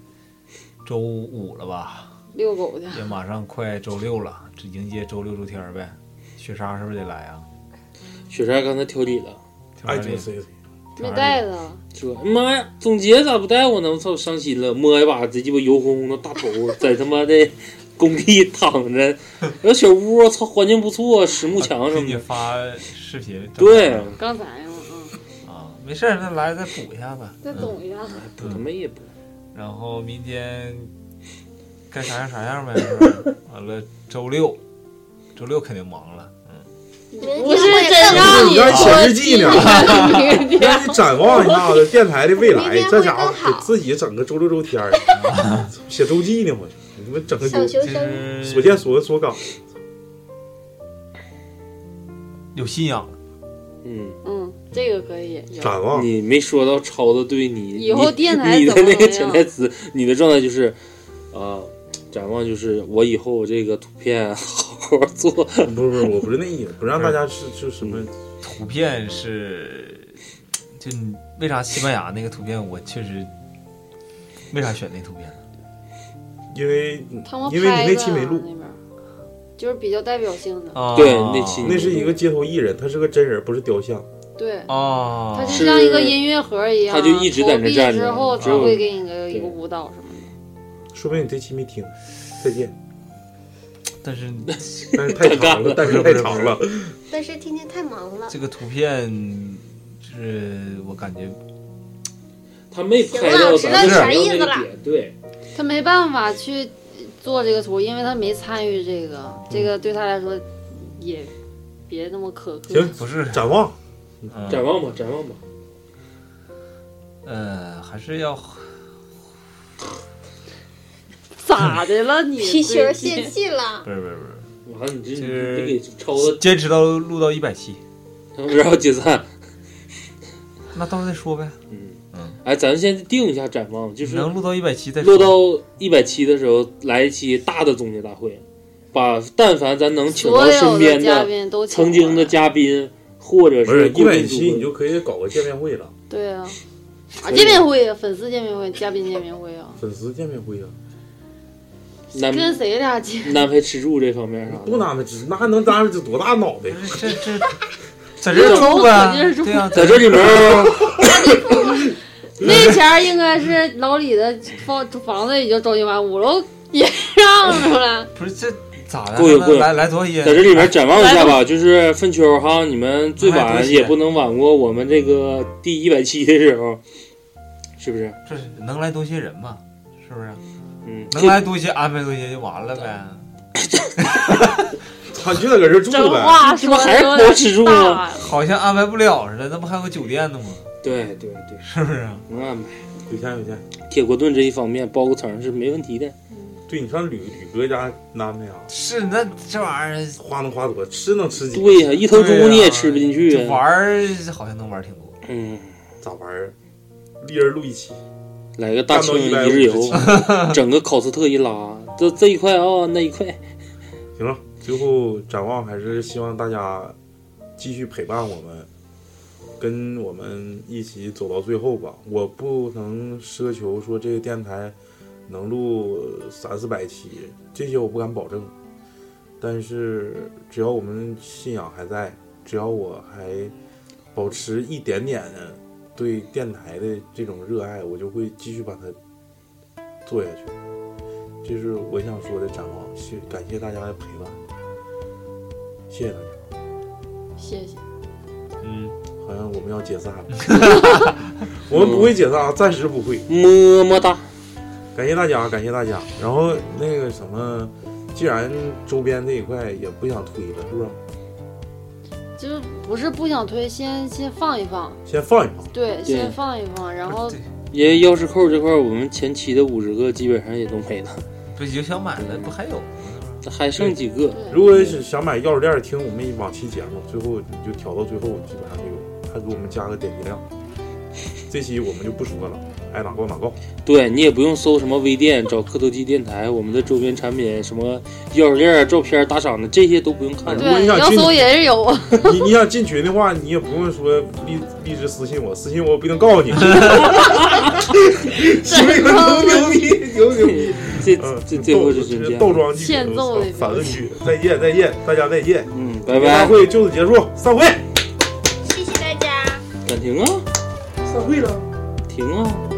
Speaker 2: 周五了吧，
Speaker 5: 遛狗去。
Speaker 2: 也马上快周六了，这迎接周六周天儿呗。雪莎是不是得来啊？
Speaker 1: 雪山刚才挑理了，
Speaker 2: 挺
Speaker 6: 爱
Speaker 2: 好的
Speaker 6: 听哎谁谁，
Speaker 5: 没带子，啊
Speaker 1: 说哎妈呀，总结咋不带我呢？我操，伤心了，摸一把这鸡巴油烘烘的大头，在他妈的工地躺
Speaker 6: [laughs]
Speaker 1: 着，有小屋，我操，环境不错，实木墙什么
Speaker 2: 给
Speaker 6: 啊
Speaker 2: 你
Speaker 1: 的。
Speaker 2: 发视频。
Speaker 1: 对，
Speaker 5: 刚才嘛，嗯，
Speaker 2: 啊，没事儿，那来再补一下吧。
Speaker 5: 再懂一下。
Speaker 1: 不他妈也不，
Speaker 2: 然后明天该啥样啥样呗，是吧？完了，周六，周六肯定忙了。
Speaker 5: 不是真让
Speaker 6: 你让
Speaker 5: 说
Speaker 6: 写日记呢，
Speaker 5: 明
Speaker 6: [laughs]
Speaker 5: 天
Speaker 6: 啊让你展望一下子电台的未来
Speaker 7: 明。天
Speaker 6: 这家伙
Speaker 7: 会更好
Speaker 6: 给自己整个周六周天儿，写周记呢我，你们整个
Speaker 7: 小
Speaker 6: 周
Speaker 7: 求
Speaker 2: 就
Speaker 7: 生，
Speaker 2: 是
Speaker 6: 所见所闻所感。
Speaker 2: 有信仰，
Speaker 1: 嗯，
Speaker 5: 嗯，这个可以。有
Speaker 6: 展望，
Speaker 1: 你没说到超子对你，
Speaker 5: 以后
Speaker 1: 你 [laughs]
Speaker 5: 电台
Speaker 1: 你的
Speaker 5: 怎么
Speaker 1: 那个
Speaker 5: 怎么
Speaker 1: 潜
Speaker 5: 样
Speaker 1: 台词，你的状态就是，啊、展望就是我以后这个图片好好好做。
Speaker 6: 不是不是，我不是那意思，不让大家是就什么
Speaker 2: 图片是，就你为啥西班牙那个图片我确实，为啥选那图片呢？
Speaker 6: 因为
Speaker 5: 他们
Speaker 6: 因为你
Speaker 5: 拍
Speaker 6: 那期
Speaker 5: 的
Speaker 6: 没录，
Speaker 5: 那边儿就是比较代表性的，
Speaker 2: 啊，
Speaker 1: 对那期
Speaker 6: 那是一个街头艺人，他是个真人，不是雕像。
Speaker 5: 对，
Speaker 2: 啊
Speaker 6: 哦
Speaker 5: 它，就是像一个音乐盒一样，
Speaker 1: 他就一直在那
Speaker 5: 投币
Speaker 1: 站着
Speaker 5: 之后
Speaker 1: 只
Speaker 5: 他
Speaker 1: 有
Speaker 5: 会给你个
Speaker 1: 对
Speaker 5: 一个舞蹈什么
Speaker 6: 说不定你这期没听，再见。
Speaker 2: 但是
Speaker 6: 但是太长了，但是太
Speaker 1: [laughs]
Speaker 6: 长了。
Speaker 7: 但是天天太忙了，
Speaker 2: 这个图片就是我感觉
Speaker 1: 他没拍到咱们想要那个点，对，
Speaker 5: 的，他没办法去做这个图，因为他没参与这个，这个对他来说也别那么苛刻。
Speaker 6: 行
Speaker 2: 不是
Speaker 6: 展望，
Speaker 2: 嗯
Speaker 1: 展望吧，展望吧。
Speaker 2: 呃，还是要
Speaker 5: 咋的了 [laughs] 你？
Speaker 7: 皮球
Speaker 5: 最近
Speaker 7: 泄气了，
Speaker 2: 不是不是不
Speaker 1: 完了，你这你
Speaker 2: 就是
Speaker 1: 这给超了
Speaker 2: 是，坚持到录到一百期，
Speaker 1: 然后解散。
Speaker 2: 那到时候再说呗。
Speaker 1: 嗯
Speaker 2: 嗯，
Speaker 1: 哎，咱先定一下展望，就是
Speaker 2: 能录到一百期再
Speaker 1: 落
Speaker 2: 说
Speaker 1: 到一百期的时候，来一期大的总结大会，把但凡咱能请
Speaker 5: 所
Speaker 1: 到
Speaker 5: 有
Speaker 1: 身边
Speaker 5: 嘉
Speaker 1: 的
Speaker 5: 宾都请
Speaker 1: 曾经的
Speaker 5: 过来
Speaker 1: 嘉宾，或者
Speaker 6: 不是
Speaker 1: 固
Speaker 6: 一百
Speaker 1: 定
Speaker 6: 期
Speaker 1: 主
Speaker 6: 你
Speaker 1: 播，
Speaker 6: 就可以搞个见面会了，
Speaker 5: 对啊，啊
Speaker 1: 以
Speaker 5: 见面会啊，粉丝见面会，嘉宾见面会啊，
Speaker 6: 粉丝见面会啊，
Speaker 1: 南
Speaker 5: 跟谁俩见？
Speaker 1: 南非吃住这方面啥的，
Speaker 6: 不拿那只那能搭这多大脑袋？
Speaker 2: 这 [laughs] 这在这儿录
Speaker 1: 啊
Speaker 5: [laughs]
Speaker 2: 呗，对呀、
Speaker 1: 在这里
Speaker 6: [laughs]
Speaker 1: 面
Speaker 5: 那前儿应该是老李的房房子也就装修完，五楼也让出来。
Speaker 2: 不是这咋的？
Speaker 1: 过瘾
Speaker 2: 来
Speaker 1: 过瘾
Speaker 2: 来来多少页？
Speaker 1: 在这里面展望一下吧，就是粪丘哈，你们最晚也不能晚过我们这个第一百期的时候，是不是？
Speaker 2: 这是能来多些人嘛？是不是？
Speaker 1: 嗯，
Speaker 2: 能来多些安排多些就完了呗。
Speaker 6: 他就在搁这住
Speaker 5: 这
Speaker 6: 呗。
Speaker 5: 话
Speaker 1: 这
Speaker 5: 说
Speaker 1: 不还
Speaker 5: 的
Speaker 1: 是
Speaker 5: 有
Speaker 1: 活吃住
Speaker 5: 点
Speaker 1: 吗？
Speaker 5: 大呀。
Speaker 2: 好像安排不了似的，那不还有个酒店呢吗？
Speaker 1: 对对对，
Speaker 2: 是啊不是？
Speaker 1: 能安排。
Speaker 6: 有钱有钱，
Speaker 1: 铁锅炖这一方面包个层是没问题的，
Speaker 6: 对你上吕吕哥家安排啊，
Speaker 2: 是那这玩意儿，
Speaker 6: 花能花多，吃能吃几？
Speaker 1: 对呀、一头猪你也吃不进去
Speaker 2: 这玩儿好像能玩儿挺多。
Speaker 1: 嗯，
Speaker 6: 咋玩儿？一人录一期，
Speaker 1: 来个大庆
Speaker 6: 干
Speaker 1: 一
Speaker 6: 到150
Speaker 1: 日游，整个考斯特一拉，这这一块啊、那一块，
Speaker 6: 行了。最后展望还是希望大家继续陪伴我们，跟我们一起走到最后吧。我不能奢求说这个电台能录三四百期，这些我不敢保证。但是只要我们信仰还在，只要我还保持一点点的对电台的这种热爱，我就会继续把它做下去。这是我想说的展望，谢感谢大家的陪伴，谢谢大家。
Speaker 5: 谢谢，
Speaker 2: 嗯，
Speaker 6: 好像我们要解散了，我们不会解散啊，暂时不会。
Speaker 1: 么么哒，
Speaker 6: 感谢大家，感谢大家。然后那个什么，既然周边这一块也不想推了，是不是？
Speaker 5: 就是不是不想推，先先放一放，
Speaker 6: 先放一放，
Speaker 5: 对，
Speaker 1: 对
Speaker 5: 先放一放，然后
Speaker 2: 对
Speaker 1: 因为钥匙扣这块儿，我们前期的五十个基本上也都没了，
Speaker 2: 不有想买的不还有吗？
Speaker 1: 这还剩几个？
Speaker 5: 对
Speaker 6: 如果是想买钥匙链儿，听我们往期节目，最后你就挑到最后，基本上就有，还给我们加个点击量。这期我们就不说了，爱哪告哪告。
Speaker 1: 对你也不用搜什么微店，找磕头机电台，我们的周边产品什么钥匙链儿、照片儿、打赏的这些都不用看了。
Speaker 6: 如果
Speaker 5: 对，
Speaker 6: 你
Speaker 5: 你
Speaker 6: 想
Speaker 5: 要
Speaker 6: 进
Speaker 5: 搜也是有，啊
Speaker 6: [laughs] 你你想进群的话，你也不用说荔荔枝私信我，私信我我不一定告
Speaker 1: [laughs]
Speaker 6: 诉你。所以说牛牛逼，牛牛逼！
Speaker 1: 这
Speaker 6: 嗯，
Speaker 1: 这最后就是这
Speaker 6: 是
Speaker 1: 样
Speaker 6: 倒，装句，
Speaker 5: 欠揍的
Speaker 6: 反问句。再见，再见，大家再见。
Speaker 1: 嗯，拜
Speaker 6: 大
Speaker 1: 拜，
Speaker 6: 会就此结束，散会。
Speaker 7: 谢谢大家。
Speaker 1: 暂停啊，散会了，停啊。